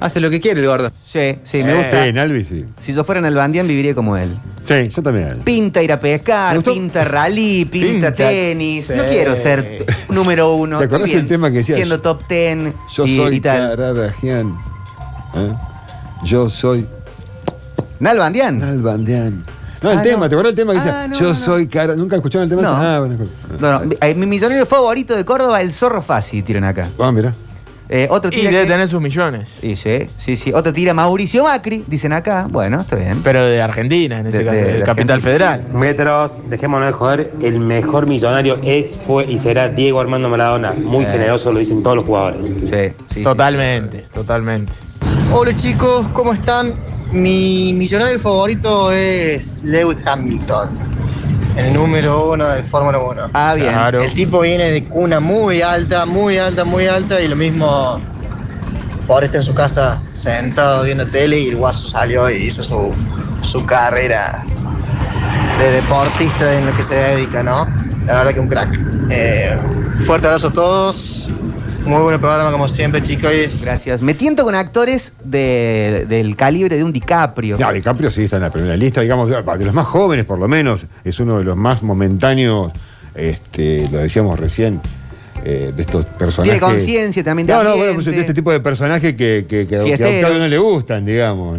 Speaker 7: Hace lo que quiere el gordo.
Speaker 2: Sí, sí, me
Speaker 4: Eh.
Speaker 2: gusta.
Speaker 3: Sí, en Albi sí.
Speaker 2: Si yo fuera en Albandián viviría como él.
Speaker 3: Sí, yo también.
Speaker 2: Pinta ir a
Speaker 3: Me
Speaker 2: pescar,
Speaker 3: gustó.
Speaker 2: pinta rally, pinta,
Speaker 4: Pinta-
Speaker 2: tenis. No
Speaker 4: Sí.
Speaker 2: quiero ser t- número uno.
Speaker 3: ¿Te
Speaker 2: Estoy
Speaker 3: acordás el tema que decía?
Speaker 2: Siendo top ten
Speaker 3: Yo
Speaker 2: y,
Speaker 3: soy
Speaker 2: y tal.
Speaker 3: Tararajian. ¿eh? Yo soy Ah.
Speaker 2: ¿Nalbandián?
Speaker 3: Albandean. No, el
Speaker 2: Ah,
Speaker 3: tema,
Speaker 2: no.
Speaker 3: ¿te acuerdas el tema que
Speaker 2: Ah,
Speaker 3: decía?
Speaker 2: no,
Speaker 3: Yo
Speaker 2: no, no.
Speaker 3: soy cara. ¿Nunca escucharon el tema?
Speaker 2: No.
Speaker 3: ese? Ah, bueno.
Speaker 2: No, no, mi- eh, mi millonario favorito de Córdoba, el Zorro Fácil, tiran acá.
Speaker 3: Vamos, Ah, mirá.
Speaker 2: Eh, otro
Speaker 4: Y
Speaker 2: tira.
Speaker 4: debe
Speaker 2: que-
Speaker 4: tener sus millones.
Speaker 2: Y sí, sí, sí. Otro tira Mauricio Macri, dicen acá. Bueno, está bien.
Speaker 4: Pero de Argentina, en este
Speaker 2: De-
Speaker 4: caso,
Speaker 2: de-
Speaker 4: de,
Speaker 2: de
Speaker 4: Capital
Speaker 2: Argentina.
Speaker 4: Federal.
Speaker 8: Metros, dejémonos de joder, el mejor millonario es, fue y será Diego Armando Maradona. Muy
Speaker 2: Eh.
Speaker 8: generoso, lo dicen todos los jugadores.
Speaker 2: Sí, sí, sí.
Speaker 4: Totalmente, totalmente.
Speaker 7: Hola chicos, ¿cómo están? Mi millonario favorito es Lewis Hamilton, el número uno del Fórmula 1.
Speaker 2: Ah, bien.
Speaker 4: Claro.
Speaker 7: El tipo viene de cuna muy alta, muy alta, muy alta y lo mismo ahora está en su casa sentado viendo tele y el guaso salió y hizo su, su carrera de deportista en lo que se dedica, ¿no? La verdad que un crack. Eh, fuerte abrazo a todos, muy buen programa como siempre chicos.
Speaker 2: Gracias. Me tiento con actores de- del calibre de un DiCaprio.
Speaker 3: No, DiCaprio sí está en la primera lista, digamos, de los más jóvenes por lo menos, es uno de los más momentáneos, este, lo decíamos recién, eh, de estos personajes.
Speaker 2: Tiene conciencia también de
Speaker 3: No, no,
Speaker 2: ambiente.
Speaker 3: bueno, pues, de este tipo de personajes que, que, que, a- que a
Speaker 2: Fiestero.
Speaker 3: Octavio no le gustan, digamos,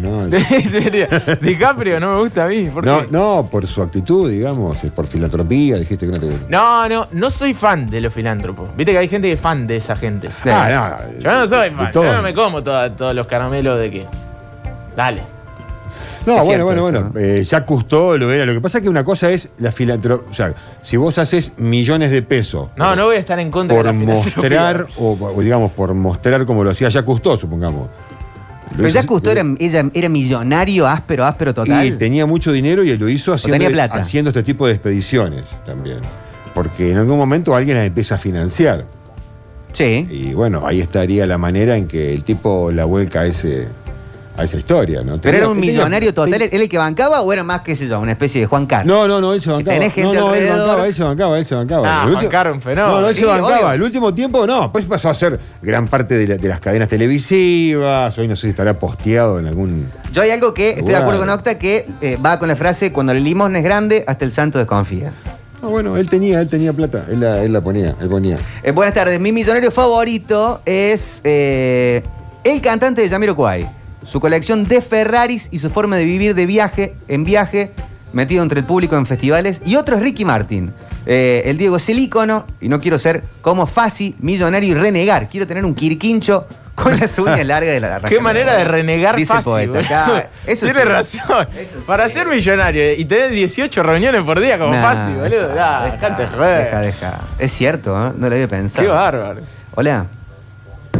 Speaker 3: ¿no?
Speaker 4: En serio, DiCaprio no me gusta a mí. ¿por
Speaker 3: No,
Speaker 4: qué?
Speaker 3: no, por su actitud, digamos, es por filantropía, dijiste que no te gusta.
Speaker 4: No, no, no soy fan de los filántropos. Viste que hay gente que es fan de esa gente.
Speaker 2: Sí.
Speaker 3: Ah, no,
Speaker 4: Yo no soy
Speaker 3: de
Speaker 4: fan,
Speaker 3: todo.
Speaker 4: yo no me como toda- todos los caramelos de que. Dale.
Speaker 3: No,
Speaker 2: Es
Speaker 3: bueno,
Speaker 2: cierto
Speaker 3: bueno,
Speaker 2: eso,
Speaker 3: bueno. eh, ya Cousteau lo era. Lo que pasa es que una cosa es la filantropía. O sea, si vos haces millones de pesos.
Speaker 4: No, no voy a estar en contra de
Speaker 3: por
Speaker 4: la filantropía.
Speaker 3: mostrar, o, o digamos, por mostrar como lo hacía ya Cousteau, supongamos.
Speaker 2: Pero ya Cousteau era, ella era millonario, áspero, áspero total.
Speaker 3: Y tenía mucho dinero y lo hizo haciendo,
Speaker 2: tenía plata.
Speaker 3: haciendo este tipo de expediciones también. Porque en algún momento alguien la empieza a financiar.
Speaker 2: Sí.
Speaker 3: Y bueno, ahí estaría la manera en que el tipo la vuelca a, ese, a esa historia, ¿no?
Speaker 2: Pero
Speaker 3: Tenía-
Speaker 2: era un
Speaker 3: tenía-
Speaker 2: millonario total.
Speaker 3: ten-
Speaker 2: ¿Él el que bancaba o era más, qué sé yo, una especie de Juan Carlos?
Speaker 3: No, no, no, él se bancaba.
Speaker 2: Ah. tenés gente
Speaker 3: no, no, él
Speaker 2: alrededor.
Speaker 3: bancaba, él se bancaba, él se bancaba.
Speaker 4: Ah,
Speaker 3: El último-
Speaker 4: bancaron fenómeno.
Speaker 3: No, no, él
Speaker 2: Sí,
Speaker 3: se bancaba.
Speaker 2: obvio.
Speaker 3: El último tiempo no, después pasó a ser gran parte de, la- de las cadenas televisivas. Hoy no sé si estará posteado en algún.
Speaker 2: Yo hay algo que estoy de acuerdo con
Speaker 3: Bueno.
Speaker 2: Octa que eh, va con la frase: cuando la limosna es grande, hasta el santo desconfía.
Speaker 3: No, bueno, él tenía, él tenía plata, él la, él la ponía, él ponía.
Speaker 2: Eh, buenas tardes. Mi millonario favorito es eh, el cantante de Jamiroquai. Su colección de Ferraris y su forma de vivir de viaje en viaje, metido entre el público en festivales. Y otro es Ricky Martin. Eh, el Diego es el ícono y no quiero ser como Fasi, millonario y renegar. Quiero tener un quirquincho con las uñas largas de la
Speaker 4: Qué manera de renegar
Speaker 2: Dice el
Speaker 4: fácil.
Speaker 2: poeta.
Speaker 4: boludo.
Speaker 2: Acá, eso
Speaker 4: Tiene
Speaker 2: sí.
Speaker 4: razón.
Speaker 2: Eso sí.
Speaker 4: Para ser millonario y tener 18 reuniones por día como
Speaker 2: Nah,
Speaker 4: fácil, boludo.
Speaker 2: deja,
Speaker 4: nah,
Speaker 2: deja,
Speaker 4: dejate de joder.
Speaker 2: Deja, deja. Es cierto, ¿eh? no lo había pensado.
Speaker 4: Qué bárbaro.
Speaker 2: Hola.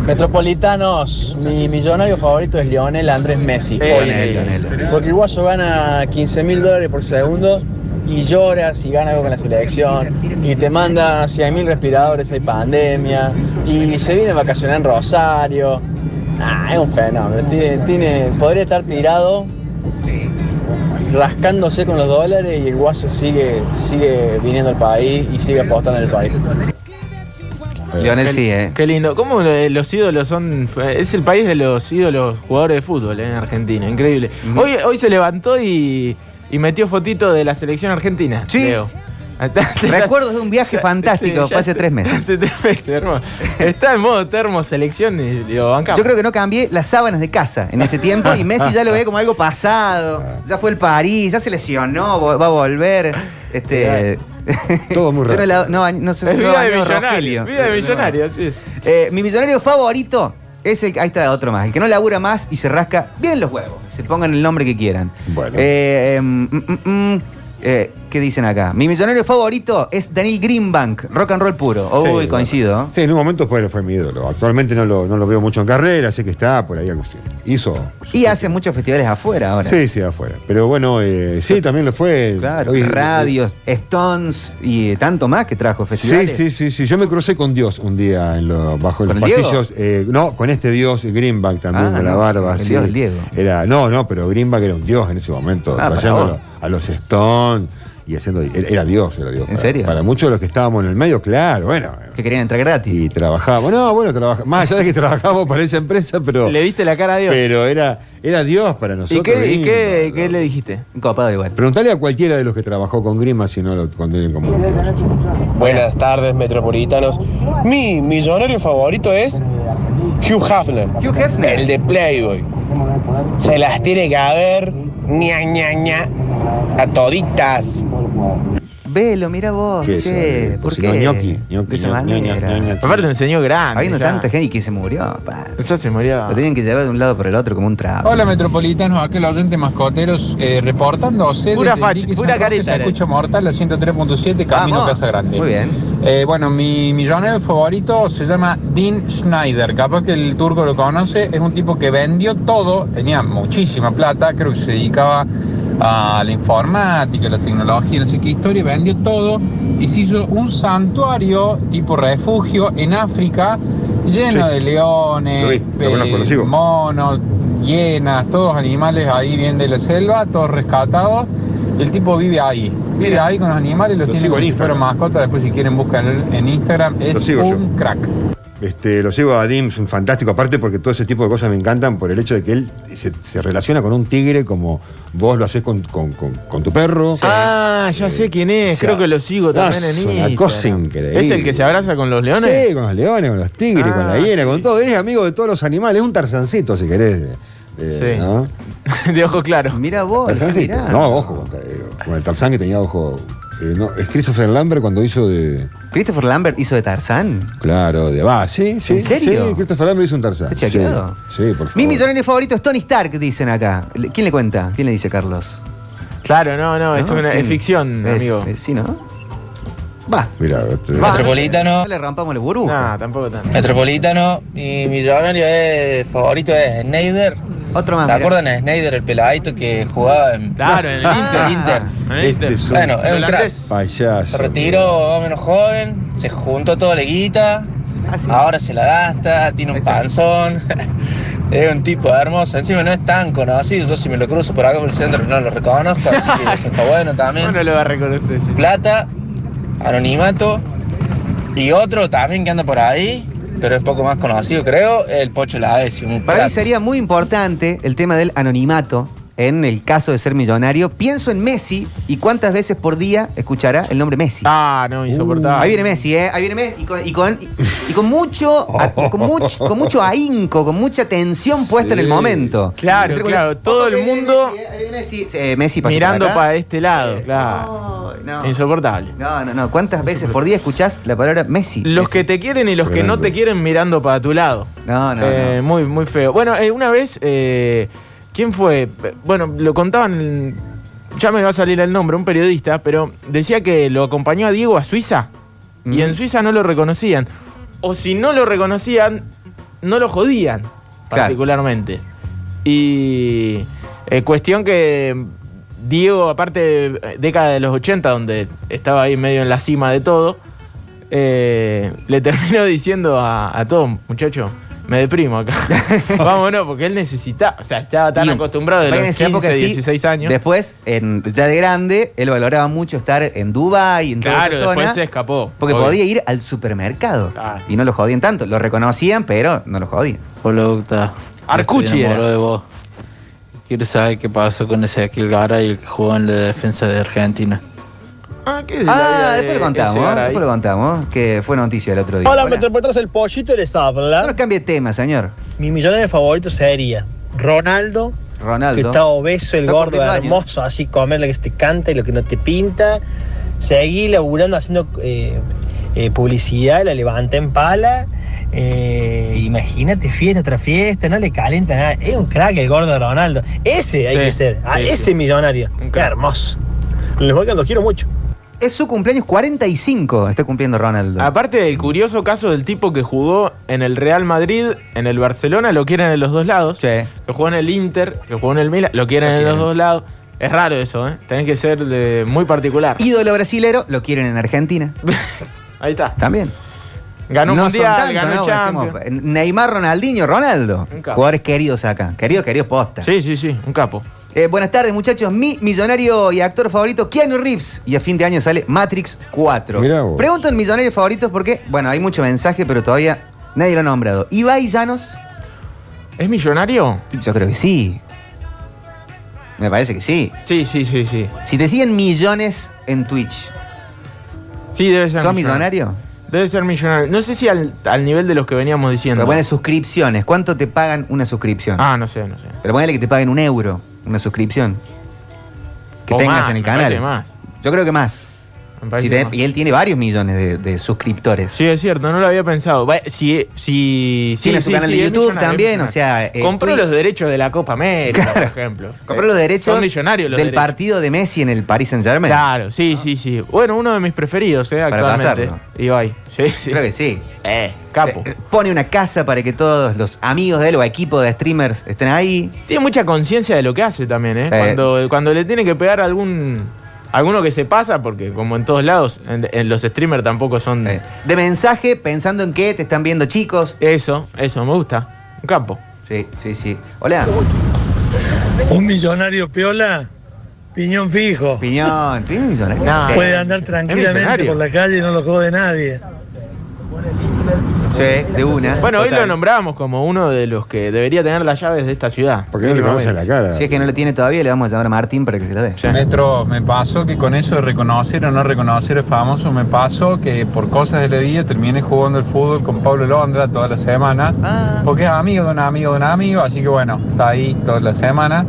Speaker 9: Metropolitanos, mi millonario favorito es Lionel Andrés Messi.
Speaker 4: Eh,
Speaker 9: hoy en
Speaker 2: Lionel,
Speaker 9: día.
Speaker 2: Lionel.
Speaker 9: Porque el guaso gana 15 mil dólares por segundo y llora si gana algo con la selección. Y te manda 100 mil respiradores, hay pandemia. Y se viene a vacacionar en Rosario. Ah, es un fenómeno. Tiene, tiene- podría estar tirado rascándose con los dólares y el guaso sigue, sigue viniendo al país y sigue apostando en el país.
Speaker 2: Lionel
Speaker 4: Qué-
Speaker 2: sí, ¿eh?
Speaker 4: Qué lindo. ¿Cómo lo- los ídolos son.? Es el país de los ídolos jugadores de fútbol eh, en Argentina. Increíble.
Speaker 2: Ujú.
Speaker 4: Hoy, hoy se levantó y, y metió fotito de la selección argentina.
Speaker 2: Sí.
Speaker 4: creo.
Speaker 2: Recuerdos de un viaje fantástico,
Speaker 4: ya
Speaker 2: fue hace
Speaker 4: te-
Speaker 2: tres meses.
Speaker 4: Hace tres meses, hermano. Está en modo termo selección y lo bancamos.
Speaker 2: Yo creo que no cambié las sábanas de casa en ese tiempo y Messi ya lo ve como algo pasado.
Speaker 4: Ah.
Speaker 2: Ya fue el París, ya se lesionó, vo- va a volver. Este,
Speaker 3: Todo muy
Speaker 2: Yo no,
Speaker 3: rápido.
Speaker 2: la- no, bañ- no sé-
Speaker 4: Es
Speaker 2: no
Speaker 4: vida de
Speaker 2: bañó
Speaker 4: millonario.
Speaker 2: Rogelio.
Speaker 4: Vida de millonario, así es.
Speaker 2: Eh, mi millonario favorito es el. Ahí está otro más. El que no labura más y se rasca bien los huevos. Se pongan el nombre que quieran.
Speaker 3: Bueno.
Speaker 2: Eh, mm, mm, mm, eh, ¿Qué dicen acá? Mi millonario favorito es Daniel Greenbank, rock and roll puro. Uy,
Speaker 3: Sí, bueno.
Speaker 2: coincido.
Speaker 3: Sí, en un momento fue, fue mi ídolo. Actualmente no lo, no lo veo mucho en carrera, sé que está por ahí. algo así. Hizo.
Speaker 2: Y hace muchos festivales afuera ahora.
Speaker 3: Sí, sí, afuera. Pero bueno, eh, sí, también lo fue.
Speaker 2: Claro,
Speaker 3: Hoy-
Speaker 2: radios, Stones y eh, tanto más que trajo
Speaker 3: Sí,
Speaker 2: festivales.
Speaker 3: sí, sí, sí. Yo me crucé con Dios un día en lo- bajo los
Speaker 2: ¿Con el
Speaker 3: pasillos. Eh, no, con este Dios, Greenback también,
Speaker 2: Ah,
Speaker 3: con la
Speaker 2: no,
Speaker 3: barba.
Speaker 2: el
Speaker 3: sí.
Speaker 2: Dios del Diego.
Speaker 3: Era, no, no, pero Greenback era un Dios en ese momento.
Speaker 2: Ah, para
Speaker 3: trayéndolo
Speaker 2: vos.
Speaker 3: a los Stones y haciendo. Era, era Dios, era Dios.
Speaker 2: ¿En
Speaker 3: Para-
Speaker 2: serio?
Speaker 3: Para muchos de los que estábamos en el medio, claro, bueno.
Speaker 2: Que querían entrar gratis.
Speaker 3: Y trabajábamos. No, bueno, trabaja- más allá de que trabajábamos para esa empresa,
Speaker 2: Oh.
Speaker 3: pero.
Speaker 4: Le viste la cara a Dios.
Speaker 3: Pero era, era Dios para
Speaker 4: ¿Y
Speaker 3: nosotros.
Speaker 4: qué, y
Speaker 3: Greenback,
Speaker 4: qué-
Speaker 3: ¿no?
Speaker 4: qué le dijiste?
Speaker 2: Un copado igual.
Speaker 3: Preguntale a cualquiera de los que trabajó con Grima si no lo condenen como.
Speaker 9: Buenas tardes, metropolitanos. Mi millonario favorito es Hugh Hefner,
Speaker 2: Hugh Hefner.
Speaker 9: el de Playboy. Se las tiene que haber ña ña ña a toditas.
Speaker 2: Velo, mira vos.
Speaker 3: ¿Qué es
Speaker 2: che,
Speaker 3: eso?
Speaker 2: ¿Por
Speaker 3: Si
Speaker 2: qué?
Speaker 3: no, ñoqui, ñoqui,
Speaker 2: de esa
Speaker 3: ño- ño-
Speaker 2: manera.
Speaker 3: ño- ño- ño-
Speaker 4: Aparte, un señor grande.
Speaker 2: Habiendo
Speaker 4: ya.
Speaker 2: tanta gente y que se murió, pa.
Speaker 4: Ya se murió.
Speaker 2: Lo tenían que llevar de un lado para el otro como un trapo.
Speaker 10: Hola metropolitanos, acá los oyentes mascoteros eh, reportándose.
Speaker 4: Pura
Speaker 10: desde
Speaker 4: facha,
Speaker 10: Enrique
Speaker 4: pura
Speaker 10: San Roque,
Speaker 4: careta
Speaker 10: Se
Speaker 4: eres.
Speaker 10: escucha mortal, la 103.7, camino
Speaker 2: Vamos.
Speaker 10: a Casa Grande.
Speaker 2: Muy bien.
Speaker 10: Eh, bueno, mi millonario favorito se llama Dean Schneider. Capaz que el turco lo conoce. Es un tipo que vendió todo, tenía muchísima plata. Creo que se dedicaba a la informática, a la tecnología, no sé qué historia. Vendió todo y se hizo un santuario tipo refugio en África lleno
Speaker 3: Sí.
Speaker 10: de
Speaker 3: Lo
Speaker 10: leones,
Speaker 3: vi, lo conozco, lo sigo.
Speaker 10: monos, hienas, todos animales ahí bien de la selva, todos rescatados. El tipo vive ahí, vive
Speaker 3: Mira.
Speaker 10: ahí con los animales, los
Speaker 3: Lo
Speaker 10: tiene
Speaker 3: sigo
Speaker 10: como
Speaker 3: en
Speaker 10: si fuera
Speaker 3: Instagram.
Speaker 10: mascota, después si quieren buscan en Instagram,
Speaker 3: Lo
Speaker 10: es
Speaker 3: sigo yo.
Speaker 10: un crack.
Speaker 3: Este, lo sigo a Dim, es un fantástico, aparte porque todo ese tipo de cosas me encantan por el hecho de que él se, se relaciona con un tigre como vos lo haces con, con- con- con tu perro.
Speaker 4: Ah, ya sé quién es.
Speaker 3: O sea,
Speaker 4: Creo que lo sigo también en
Speaker 3: es
Speaker 4: Instagram.
Speaker 3: Una cosa increíble.
Speaker 4: ¿Es el que se abraza con los leones?
Speaker 3: Sí, con los leones, con los tigres,
Speaker 4: Ah,
Speaker 3: con la hiena,
Speaker 4: sí.
Speaker 3: con todo. Él es amigo de todos los animales, es un tarzancito si querés. eh, eh,
Speaker 4: Sí.
Speaker 3: ¿no?
Speaker 4: De ojos claros.
Speaker 2: Mira vos,
Speaker 3: Tarzancito.
Speaker 2: mirá.
Speaker 3: No, ojo, con, eh, con el tarzán que tenía ojo. eh, no, es Christopher Lambert cuando hizo de.
Speaker 2: Christopher Lambert hizo de Tarzán.
Speaker 3: Claro, de va, sí, sí.
Speaker 2: ¿En serio?
Speaker 3: Sí, Christopher Lambert hizo un tarzán.
Speaker 2: ¿Está
Speaker 3: sí,
Speaker 2: chequeado?
Speaker 3: sí, por favor.
Speaker 2: Mi millonario favorito es Tony Stark, dicen acá. Le- ¿Quién le cuenta? ¿Quién le dice Carlos?
Speaker 4: Claro, no, no, es
Speaker 2: ¿No?
Speaker 4: una
Speaker 2: ¿Quién?
Speaker 4: es ficción,
Speaker 2: Es-
Speaker 4: amigo.
Speaker 2: es- sí, ¿no? Va.
Speaker 3: Mira,
Speaker 9: Metropolitano,
Speaker 2: No le rompamos el
Speaker 4: Ah,
Speaker 2: burbuja.
Speaker 4: No, tampoco tanto.
Speaker 9: metropolitano, mi millonario es- favorito es Schneider
Speaker 2: Otro más.
Speaker 11: ¿Se
Speaker 2: mirá.
Speaker 11: acuerdan a Snyder, el peladito que jugaba en.
Speaker 4: Claro, en el Inter.
Speaker 2: Ah,
Speaker 11: En el Inter.
Speaker 3: Este es un
Speaker 11: Bueno, es un crack.
Speaker 4: Holandés.
Speaker 11: Se
Speaker 3: payaso.
Speaker 11: retiró más o menos joven, se juntó toda la guita,
Speaker 2: ah,
Speaker 11: ahora se la gasta, tiene un panzón. es un tipo hermoso, encima no es tan conocido, yo si me lo cruzo por acá por el centro no lo reconozco, así que eso está bueno también.
Speaker 4: No, no lo va a reconocer. sí.
Speaker 11: Plata, anonimato y otro también que anda por ahí, pero es poco más conocido creo, el Pocho Lavesi, un
Speaker 2: Para mí
Speaker 11: crack.
Speaker 2: sería muy importante el tema del anonimato en el caso de ser millonario. Pienso en Messi y cuántas veces por día escuchará el nombre Messi.
Speaker 4: Ah, no, insoportable.
Speaker 2: Ahí viene Messi, ¿eh? Ahí viene Messi. Y con, y con- y con mucho, a- con mucho, con mucho ahínco, con mucha tensión puesta en el
Speaker 3: Sí.
Speaker 2: momento.
Speaker 4: Claro,
Speaker 2: Pero con-
Speaker 4: claro, todo el
Speaker 2: ahí viene
Speaker 4: mundo
Speaker 2: Messi, ¿eh? Ahí viene Messi, Eh, Messi pasó por
Speaker 4: mirando
Speaker 2: acá.
Speaker 4: para este lado, claro.
Speaker 2: Ay, no.
Speaker 4: Insoportable.
Speaker 2: No, no, no. ¿Cuántas veces por día escuchás la palabra Messi?
Speaker 4: Los
Speaker 2: Messi.
Speaker 4: que te quieren y los que no
Speaker 3: Tremendo.
Speaker 4: te quieren mirando para tu lado.
Speaker 2: No, no,
Speaker 4: Eh,
Speaker 2: no.
Speaker 4: Muy, muy feo. Bueno, eh, una vez, eh, ¿quién fue? Eh, Bueno, lo contaban, en- ya me va a salir el nombre, un periodista, pero decía que lo acompañó a Diego a Suiza y
Speaker 2: Mm.
Speaker 4: en Suiza no lo reconocían. O si no lo reconocían, no lo jodían, particularmente. Y eh, cuestión que Diego, aparte, eh, década de los 80, donde estaba ahí medio en la cima de todo, eh, le terminó diciendo a, a todo, muchacho, me deprimo acá. Vámonos, porque él necesitaba, o sea, estaba tan
Speaker 2: Y-
Speaker 4: acostumbrado de
Speaker 2: Aparte,
Speaker 4: los
Speaker 2: en esa
Speaker 4: 15,
Speaker 2: época sí,
Speaker 4: 16 años.
Speaker 2: Después, en- ya de grande, él valoraba mucho estar en Dubái, en toda
Speaker 4: claro,
Speaker 2: esa zona.
Speaker 4: después se escapó.
Speaker 2: Porque
Speaker 4: obvio.
Speaker 2: podía ir al supermercado.
Speaker 4: Claro.
Speaker 2: Y no lo jodían tanto. Lo reconocían, pero no lo jodían.
Speaker 9: Hola, Octa.
Speaker 4: Arcucci
Speaker 9: Estoy enamorado
Speaker 4: era.
Speaker 9: de vos. Quiero saber qué pasó con ese Aquil Garay, el que jugó en la defensa de Argentina.
Speaker 4: Ah, ¿qué es la vida
Speaker 2: Ah,
Speaker 4: de
Speaker 2: después lo
Speaker 4: ese
Speaker 2: contamos,
Speaker 4: Garay?
Speaker 2: después lo contamos, que fue noticia el otro día. Hola.
Speaker 7: interpretas el pollito les
Speaker 2: No
Speaker 7: habla.
Speaker 2: nos cambie de tema, señor.
Speaker 7: Mi millonario favorito sería Ronaldo, que
Speaker 2: Ronaldo.
Speaker 7: está obeso, el
Speaker 2: Está
Speaker 7: gordo,
Speaker 2: cumpliendo años.
Speaker 7: hermoso, así comer lo que te canta y lo que no te pinta. Seguí laburando, haciendo eh, eh, publicidad, la levanta en pala. Eh, imagínate fiesta tras fiesta, no le calienta nada. Es un crack el gordo Ronaldo. Ese hay
Speaker 4: Sí,
Speaker 7: que ser, a
Speaker 4: sí,
Speaker 7: ese
Speaker 4: sí.
Speaker 7: millonario.
Speaker 4: Un
Speaker 7: Qué
Speaker 4: crack.
Speaker 7: hermoso. Los Balcans los quiero mucho.
Speaker 2: Es su cumpleaños 45, está cumpliendo Ronaldo.
Speaker 4: Aparte del curioso caso del tipo que jugó en el Real Madrid, en el Barcelona, lo quieren en los dos lados.
Speaker 2: Che.
Speaker 4: Que jugó en el Inter, que jugó en el Milan, lo quieren
Speaker 2: Lo
Speaker 4: en los
Speaker 2: quieren.
Speaker 4: dos lados. Es raro eso, ¿eh? Tenés que ser de- muy particular.
Speaker 2: Ídolo brasilero, lo quieren en Argentina.
Speaker 4: Ahí está.
Speaker 2: También.
Speaker 4: Ganó un
Speaker 2: no
Speaker 4: Mundial,
Speaker 2: son tanto,
Speaker 4: ganó
Speaker 2: ¿no?
Speaker 4: Champions.
Speaker 2: Decimos, eh, Neymar, Ronaldinho, Ronaldo.
Speaker 4: Un capo.
Speaker 2: Jugadores queridos acá. Queridos, queridos posta.
Speaker 4: Sí, sí, sí, un capo.
Speaker 2: Eh, buenas tardes, muchachos. Mi millonario y actor favorito, Keanu Reeves. Y a fin de año sale Matrix 4.
Speaker 3: Mirá vos.
Speaker 2: Pregunto en millonarios favoritos porque, bueno, hay mucho mensaje, pero todavía nadie lo ha nombrado. ¿Ibai Llanos?
Speaker 4: ¿Es millonario?
Speaker 2: Yo creo que sí. Me parece que sí.
Speaker 4: Sí, sí, sí, sí.
Speaker 2: Si te siguen millones en Twitch,
Speaker 4: Sí, debe ser
Speaker 2: ¿sos millonario?
Speaker 4: Debe ser millonario. No sé si al, al nivel de los que veníamos diciendo.
Speaker 2: Pero pones suscripciones. ¿Cuánto te pagan una suscripción?
Speaker 4: Ah, no sé, no sé.
Speaker 2: Pero ponele que te paguen un euro una suscripción. Que
Speaker 4: O
Speaker 2: tengas
Speaker 4: más,
Speaker 2: en el
Speaker 4: me parece
Speaker 2: canal.
Speaker 4: más,
Speaker 2: Yo creo que más.
Speaker 4: me parece
Speaker 2: Si te-
Speaker 4: más.
Speaker 2: y él tiene varios millones de, de suscriptores.
Speaker 4: Sí, es cierto, no lo había pensado. Va, Si, si,
Speaker 2: Tiene
Speaker 4: sí,
Speaker 2: su
Speaker 4: sí,
Speaker 2: canal
Speaker 4: sí,
Speaker 2: de
Speaker 4: es
Speaker 2: YouTube
Speaker 4: millonario,
Speaker 2: también,
Speaker 4: es
Speaker 2: o sea, eh,
Speaker 4: millonario. compró
Speaker 2: Twitch-
Speaker 4: los derechos de la Copa América, por ejemplo.
Speaker 2: Compró los
Speaker 4: Eh,
Speaker 2: derechos
Speaker 4: Son millonarios los
Speaker 2: del
Speaker 4: derechos.
Speaker 2: partido de Messi en el Paris Saint Germain.
Speaker 4: Claro, sí, sí, sí. Bueno, uno de mis preferidos, ¿eh?
Speaker 2: Para
Speaker 4: Actualmente.
Speaker 2: pasarlo.
Speaker 4: Ibai. Sí, sí.
Speaker 2: Creo que sí.
Speaker 4: Eh, capo.
Speaker 2: Eh, eh, Pone una casa para que todos los amigos de él o equipo de streamers estén ahí.
Speaker 4: Tiene mucha conciencia de lo que hace también, ¿eh?
Speaker 2: Eh.
Speaker 4: Cuando, cuando le tiene que pegar a algún. Alguno que se pasa, porque como en todos lados, en, en los streamers tampoco son.
Speaker 2: eh, De mensaje, pensando en que te están viendo chicos.
Speaker 4: Eso, eso, me gusta. Un capo.
Speaker 2: Sí, sí, sí. Hola.
Speaker 12: Un millonario piola, piñón fijo.
Speaker 2: Piñón. Piñón millonario.
Speaker 4: No,
Speaker 2: Sí,
Speaker 12: Puede andar
Speaker 4: Es
Speaker 12: tranquilamente
Speaker 4: millonario.
Speaker 12: por la calle y no lo jode nadie.
Speaker 2: sí, de
Speaker 3: Ah,
Speaker 2: una.
Speaker 4: Bueno, hoy lo
Speaker 2: Total.
Speaker 4: nombramos como uno de los que debería tener las llaves de esta ciudad.
Speaker 3: Porque no le conocen la cara.
Speaker 2: Si es que no lo tiene todavía, le vamos a llamar a Martín para que se lo dé.
Speaker 10: Metro, me pasó que con eso de reconocer o no reconocer es famoso, me pasó que por cosas de la vida terminé jugando al fútbol con Pablo Londra todas las semanas,
Speaker 2: Ah.
Speaker 10: porque es amigo de un amigo de un amigo, así que bueno, está ahí todas las semanas.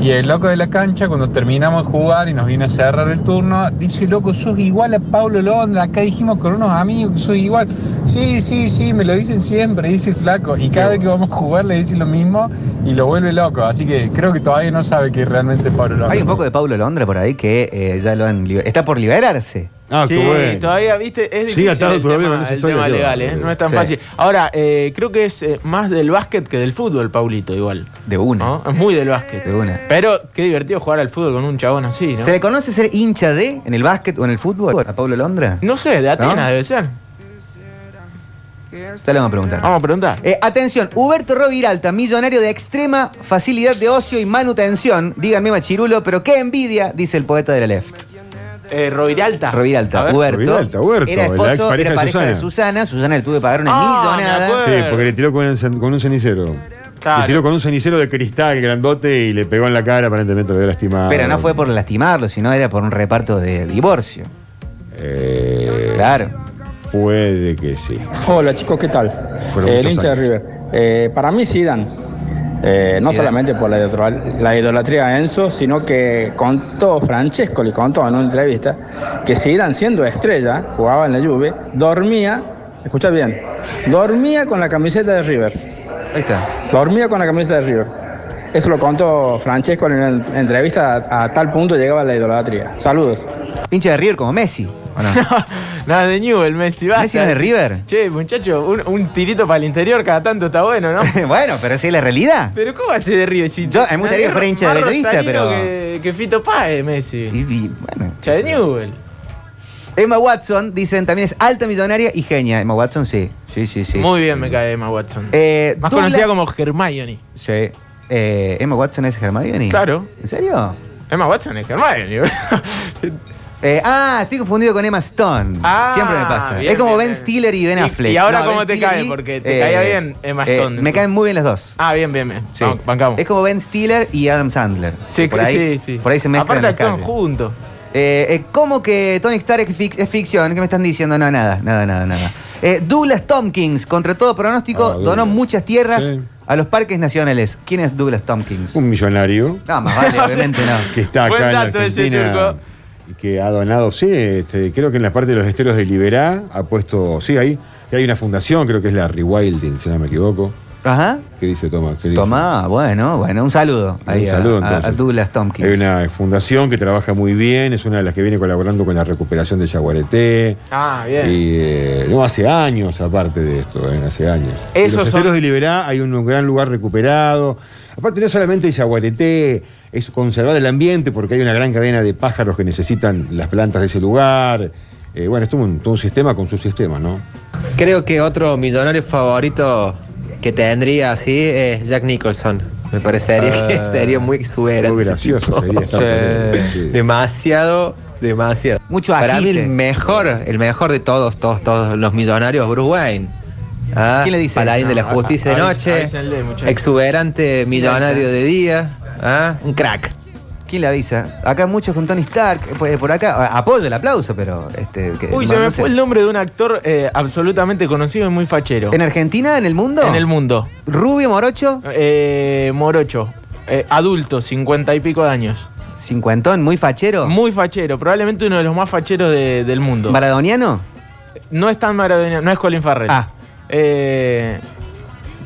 Speaker 10: Y el loco de la cancha, cuando terminamos de jugar y nos viene a cerrar el turno, dice, loco, sos igual a Pablo Londra, acá dijimos con unos amigos que sos igual. Sí, sí, sí, me lo dicen siempre, dice el flaco. Y cada vez que vamos a jugar le dice lo mismo y lo vuelve loco. Así que creo que todavía no sabe que realmente es Pablo Londra.
Speaker 2: Hay un poco de Paulo Londra por ahí que eh, ya lo han. liber- Está por liberarse.
Speaker 3: Ah,
Speaker 4: sí,
Speaker 3: qué bueno.
Speaker 4: todavía, viste, es
Speaker 3: Sigue
Speaker 4: difícil
Speaker 3: atado
Speaker 4: el
Speaker 3: todavía
Speaker 4: tema,
Speaker 3: con esa
Speaker 4: el
Speaker 3: historia,
Speaker 4: tema
Speaker 3: yo.
Speaker 4: legal, ¿eh? no es tan
Speaker 3: Sí.
Speaker 4: fácil. Ahora, eh, creo que es eh, más del básquet que del fútbol, Paulito, igual.
Speaker 2: De una.
Speaker 4: Es muy del básquet.
Speaker 2: De una.
Speaker 4: Pero qué divertido jugar al fútbol con un chabón así, ¿no?
Speaker 2: ¿Se le conoce ser hincha de en el básquet o en el fútbol a Pablo Londra?
Speaker 4: No sé, de Atenas
Speaker 2: ¿No?
Speaker 4: debe ser.
Speaker 2: Te lo vamos a preguntar.
Speaker 4: Vamos a preguntar.
Speaker 2: Eh, atención, Huberto Ro Viralta, millonario de extrema facilidad de ocio y manutención. Díganme machirulo, pero qué envidia, dice el poeta de la left.
Speaker 4: Eh, Roviralta.
Speaker 2: Ro Viralta, Huberto.
Speaker 3: Roviralta, Huberto,
Speaker 2: Ah, Era
Speaker 3: la ex
Speaker 2: esposo,
Speaker 3: pareja
Speaker 2: era
Speaker 3: de
Speaker 2: pareja de Susana. Susana le tuve que pagar una
Speaker 4: Ah,
Speaker 2: millonada.
Speaker 4: me acuerdo.
Speaker 3: Sí, porque le tiró con un, cen- con un cenicero. Le
Speaker 4: Claro.
Speaker 3: tiró con un cenicero de cristal grandote y le pegó en la cara, aparentemente lo había lastimado.
Speaker 2: Pero no fue por lastimarlo, sino era por un reparto de divorcio.
Speaker 3: Eh,
Speaker 2: Claro.
Speaker 3: Puede que sí.
Speaker 13: Hola chicos, ¿qué tal?
Speaker 3: Fueron
Speaker 13: Eh, el
Speaker 3: muchos
Speaker 13: hincha de
Speaker 3: años.
Speaker 13: River. Eh, para mí Zidane, Eh, no
Speaker 2: Zidane.
Speaker 13: solamente por la, idol- la idolatría a Enzo, sino que contó Francesco, le contó en una entrevista, que Zidane siendo estrella, jugaba en la Juve, dormía, escucha bien, dormía con la camiseta de River.
Speaker 2: Ahí está.
Speaker 13: Dormía con la camiseta de River. Eso lo contó Francesco en una entrevista, a, a tal punto llegaba la idolatría. Saludos.
Speaker 2: Hincha de River como Messi. ¿o no?
Speaker 4: Nada de Newell, Messi. basta.
Speaker 2: Messi no es de River.
Speaker 4: Che, muchacho, un, un tirito para el interior cada tanto está bueno, ¿no?
Speaker 2: bueno, pero esa es la realidad.
Speaker 4: pero ¿cómo hace de River? Si
Speaker 2: Yo, a mí me gustaría que fuera hincha de
Speaker 4: Más
Speaker 2: Bellavista,
Speaker 4: rosarino
Speaker 2: pero-
Speaker 4: Que, que Fito Páez, Messi.
Speaker 2: Y- y, bueno,
Speaker 4: Hincha de Newell.
Speaker 2: Emma Watson, dicen, también es alta millonaria y genia. Emma Watson, sí. Sí, sí, sí.
Speaker 4: Muy bien me cae Emma Watson.
Speaker 2: Eh,
Speaker 4: Más
Speaker 2: Douglas-
Speaker 4: conocida como Hermione.
Speaker 2: Sí. Eh, Emma Watson es Hermione.
Speaker 4: Claro.
Speaker 2: ¿En serio?
Speaker 4: Emma Watson es Hermione. boludo.
Speaker 2: Eh, ah, estoy confundido con Emma Stone.
Speaker 4: Ah,
Speaker 2: Siempre me pasa.
Speaker 4: bien,
Speaker 2: es como
Speaker 4: bien,
Speaker 2: Ben
Speaker 4: bien.
Speaker 2: Stiller y Ben
Speaker 4: Y-
Speaker 2: Affleck.
Speaker 4: y ahora cómo
Speaker 2: Ben
Speaker 4: te
Speaker 2: Stiller
Speaker 4: cae,
Speaker 2: y- eh,
Speaker 4: porque te caía bien Emma Stone.
Speaker 2: me caen muy bien las dos.
Speaker 4: ah, bien, bien, bien.
Speaker 2: Sí.
Speaker 4: Vamos, bancamos.
Speaker 2: Es como Ben Stiller y Adam Sandler.
Speaker 4: Sí,
Speaker 2: que por ahí,
Speaker 4: sí, sí.
Speaker 2: Por ahí se mezclan en
Speaker 4: Aparte
Speaker 2: la
Speaker 4: actúan
Speaker 2: calle.
Speaker 4: juntos.
Speaker 2: Eh, eh, ¿Cómo que Tony Stark es, fic- es ficción? ¿Qué me están diciendo? No, nada, nada, nada, nada. Eh, Douglas Tompkins, contra todo pronóstico,
Speaker 3: Ah,
Speaker 2: donó
Speaker 3: Douglas.
Speaker 2: muchas tierras
Speaker 3: Sí.
Speaker 2: a los parques nacionales. ¿Quién es Douglas Tompkins?
Speaker 3: Un millonario
Speaker 2: No, más vale, obviamente no.
Speaker 3: que está
Speaker 4: Buen
Speaker 3: acá en la
Speaker 4: dato ese,
Speaker 3: Argentina
Speaker 4: Turco.
Speaker 3: y que ha donado, sí, este, creo que en la parte de los esteros de Liberá ha puesto, sí, ahí y hay una fundación, creo que es la Rewilding, si no me equivoco.
Speaker 2: Ajá.
Speaker 3: ¿Qué dice Tomás? ¿Qué dice?
Speaker 2: Tomá, bueno, bueno, un saludo.
Speaker 3: Un
Speaker 2: ahí a-
Speaker 3: saludo,
Speaker 2: a,
Speaker 3: entonces.
Speaker 2: a Douglas Tompkins.
Speaker 3: Hay una fundación que trabaja muy bien, es una de las que viene colaborando con la recuperación de Yaguareté.
Speaker 4: Ah, bien.
Speaker 3: Y eh, no, hace años aparte de esto, eh, hace años.
Speaker 4: Esos
Speaker 3: En los
Speaker 4: son-
Speaker 3: esteros de Liberá hay un gran lugar recuperado. Aparte no solamente es Yaguareté, es conservar el ambiente porque hay una gran cadena de pájaros que necesitan las plantas de ese lugar. Eh, bueno, es todo un, todo un sistema con sus sistemas, ¿no?
Speaker 14: Creo que otro millonario favorito que tendría así es Jack Nicholson. Me parecería que sería muy exuberante.
Speaker 3: Ah. Muy
Speaker 14: ese
Speaker 3: gracioso
Speaker 14: tipo.
Speaker 3: sería estar
Speaker 14: Sí. Demasiado, demasiado.
Speaker 2: Mucho
Speaker 14: Para mí el
Speaker 2: agite.
Speaker 14: mejor, el mejor de todos, todos, todos los millonarios, Bruce Wayne. Ah,
Speaker 2: ¿Quién le dice?
Speaker 14: Paladín de la
Speaker 4: No, a-
Speaker 14: justicia de
Speaker 4: avís-
Speaker 14: noche.
Speaker 4: avísenle, muchachos.
Speaker 14: Exuberante millonario
Speaker 4: Avísenle.
Speaker 14: de día. ah, Un crack.
Speaker 2: ¿Quién le avisa? Acá muchos con Tony Stark, eh, por, por acá. a- Apoyo el aplauso, pero. Este, que-
Speaker 4: Uy,
Speaker 2: no-
Speaker 4: se
Speaker 2: no
Speaker 4: me
Speaker 2: sé.
Speaker 4: fue el nombre de un actor eh, absolutamente conocido y muy fachero.
Speaker 2: ¿En Argentina? ¿En el mundo?
Speaker 4: En el mundo.
Speaker 2: Rubio Morocho,
Speaker 4: Eh, morocho. Eh, adulto, cincuenta y pico de años.
Speaker 2: cincuentón, muy fachero.
Speaker 4: Muy fachero, probablemente uno de los más facheros de- del mundo.
Speaker 2: ¿Maradoniano?
Speaker 4: No es tan maradoniano, no es Colin Farrell.
Speaker 2: Ah.
Speaker 4: Eh,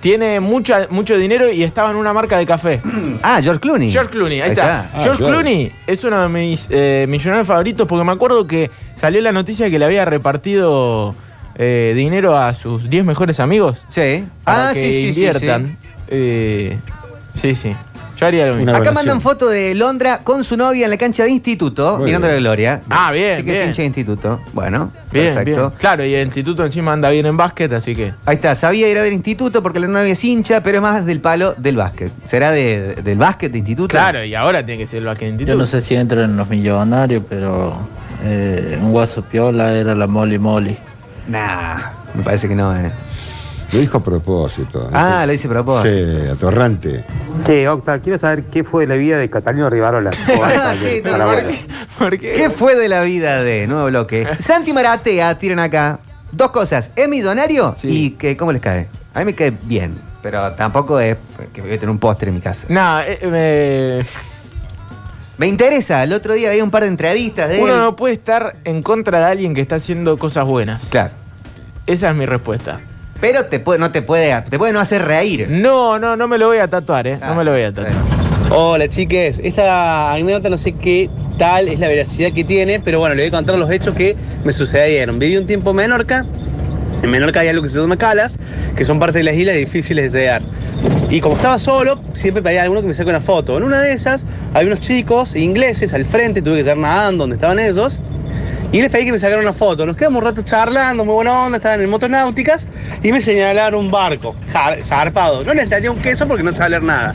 Speaker 4: tiene mucha, mucho dinero y estaba en una marca de café.
Speaker 2: Ah, George Clooney.
Speaker 4: George Clooney, Mm. ahí está.
Speaker 3: Ah,
Speaker 4: George
Speaker 3: George.
Speaker 4: Clooney es uno de mis eh, millonarios favoritos porque me acuerdo que salió la noticia que le había repartido eh, dinero a sus 10 mejores amigos.
Speaker 2: Sí.
Speaker 4: para
Speaker 2: ah,
Speaker 4: que
Speaker 2: sí, sí, sí, sí.
Speaker 4: inviertan. Eh, sí, sí. Yo haría lo mismo.
Speaker 3: Una-
Speaker 2: Acá
Speaker 3: donación.
Speaker 2: mandan foto de Londra con su novia en la cancha de instituto,
Speaker 3: Muy
Speaker 2: mirando la
Speaker 3: bien.
Speaker 2: gloria.
Speaker 4: Ah, bien,
Speaker 2: Así que es
Speaker 4: bien.
Speaker 2: hincha de instituto. Bueno,
Speaker 4: Bien,
Speaker 2: perfecto.
Speaker 4: bien. Claro, y el instituto encima anda bien en básquet, así que.
Speaker 2: Ahí está, sabía ir a ver instituto porque la novia es hincha, pero es más del palo del básquet. ¿Será de- del básquet de instituto?
Speaker 4: Claro, y ahora tiene que ser el básquet instituto.
Speaker 15: Yo no sé si entro en los millonarios, pero eh, un guaso piola era la Molly Molly.
Speaker 2: Nah, me parece que no, eh.
Speaker 3: Lo dijo a propósito.
Speaker 2: Ah, lo hice a propósito.
Speaker 3: Sí, atorrante.
Speaker 8: Che, Octa, quiero saber qué fue de la vida de Catalino Rivarola.
Speaker 2: Ah, sí,
Speaker 8: Para
Speaker 2: tal
Speaker 8: vos.
Speaker 2: cual.
Speaker 4: ¿Por qué?
Speaker 2: ¿Qué fue de la vida de Nuevo Bloque? Santi Maratea, tiran acá. Dos cosas, es millonario y que, ¿cómo les cae? A mí me cae bien, pero tampoco es que voy a tener un postre en mi casa.
Speaker 4: Nah, eh, eh,
Speaker 2: Me interesa, el otro día había un par de entrevistas de
Speaker 4: uno
Speaker 2: él.
Speaker 4: no puede estar en contra de alguien que está haciendo cosas buenas.
Speaker 2: Claro.
Speaker 4: Esa es mi respuesta.
Speaker 2: Pero te puede, no te puede, te puede no hacer reír.
Speaker 4: No, no,
Speaker 2: Ah,
Speaker 4: no me lo voy a tatuar, ¿eh? No me lo voy a tatuar.
Speaker 16: Hola chiques, esta anécdota no sé qué tal es la veracidad que tiene, pero bueno, le voy a contar los hechos que me sucedieron. Viví un tiempo en Menorca, en Menorca hay algo que se llama calas, que son parte de las islas difíciles de llegar. Y como estaba solo, siempre pedía a alguno que me saque una foto. En una de esas, había unos chicos ingleses al frente, tuve que estar nadando donde estaban ellos. Y les pedí que me sacaran una foto. Nos quedamos un rato charlando, muy buena onda, estaban en motonáuticas y me señalaron un barco, jar- zarpado. No les daría un queso porque no sabía leer nada.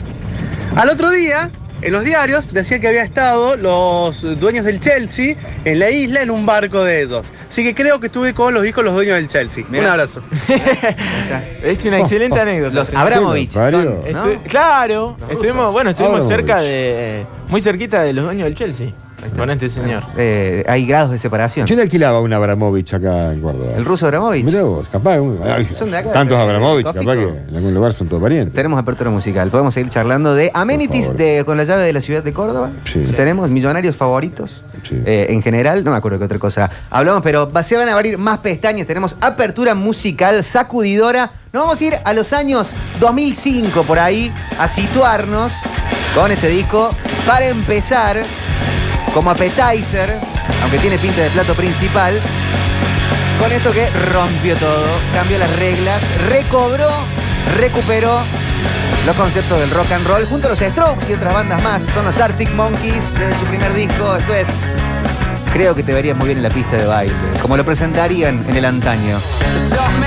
Speaker 16: Al otro día, en los diarios decía que había estado los dueños del Chelsea en la isla en un barco de ellos. Así que creo que estuve con los hijos de los dueños del Chelsea. Un
Speaker 4: Mirá.
Speaker 16: abrazo.
Speaker 4: Es una excelente anécdota.
Speaker 16: Los Abramovich son, ¿no?
Speaker 4: Estu- Claro, estuvimos, bueno, estuvimos
Speaker 2: Abramovich.
Speaker 4: cerca de. Muy cerquita de los dueños del Chelsea. Con este señor.
Speaker 2: Eh, hay grados de separación.
Speaker 3: Yo le alquilaba un Abramovich acá en Córdoba. ¿El
Speaker 2: ruso Abramovich?
Speaker 3: Mirá vos, capaz. un- ay,
Speaker 2: Son de acá,
Speaker 3: tantos
Speaker 2: de-
Speaker 3: Abramovich,
Speaker 2: de
Speaker 3: capaz que
Speaker 2: Cófico.
Speaker 3: en algún lugar son todos parientes.
Speaker 2: Tenemos apertura musical. Podemos seguir charlando de amenities de, con la llave de la ciudad de Córdoba. Tenemos millonarios favoritos. Eh, en general, no me acuerdo qué otra cosa hablamos, pero va- se van a abrir más pestañas. Tenemos apertura musical sacudidora. Nos vamos a ir a los años 2005 por ahí a situarnos con este disco para empezar como appetizer, aunque tiene pinta de plato principal. Con esto que rompió todo, cambió las reglas, recobró, recuperó los conceptos del rock and roll junto a los Strokes y otras bandas más. Son los Arctic Monkeys desde su primer disco. Esto es. Creo que te verías muy bien en la pista de baile, como lo presentarían en el antaño.
Speaker 5: Stop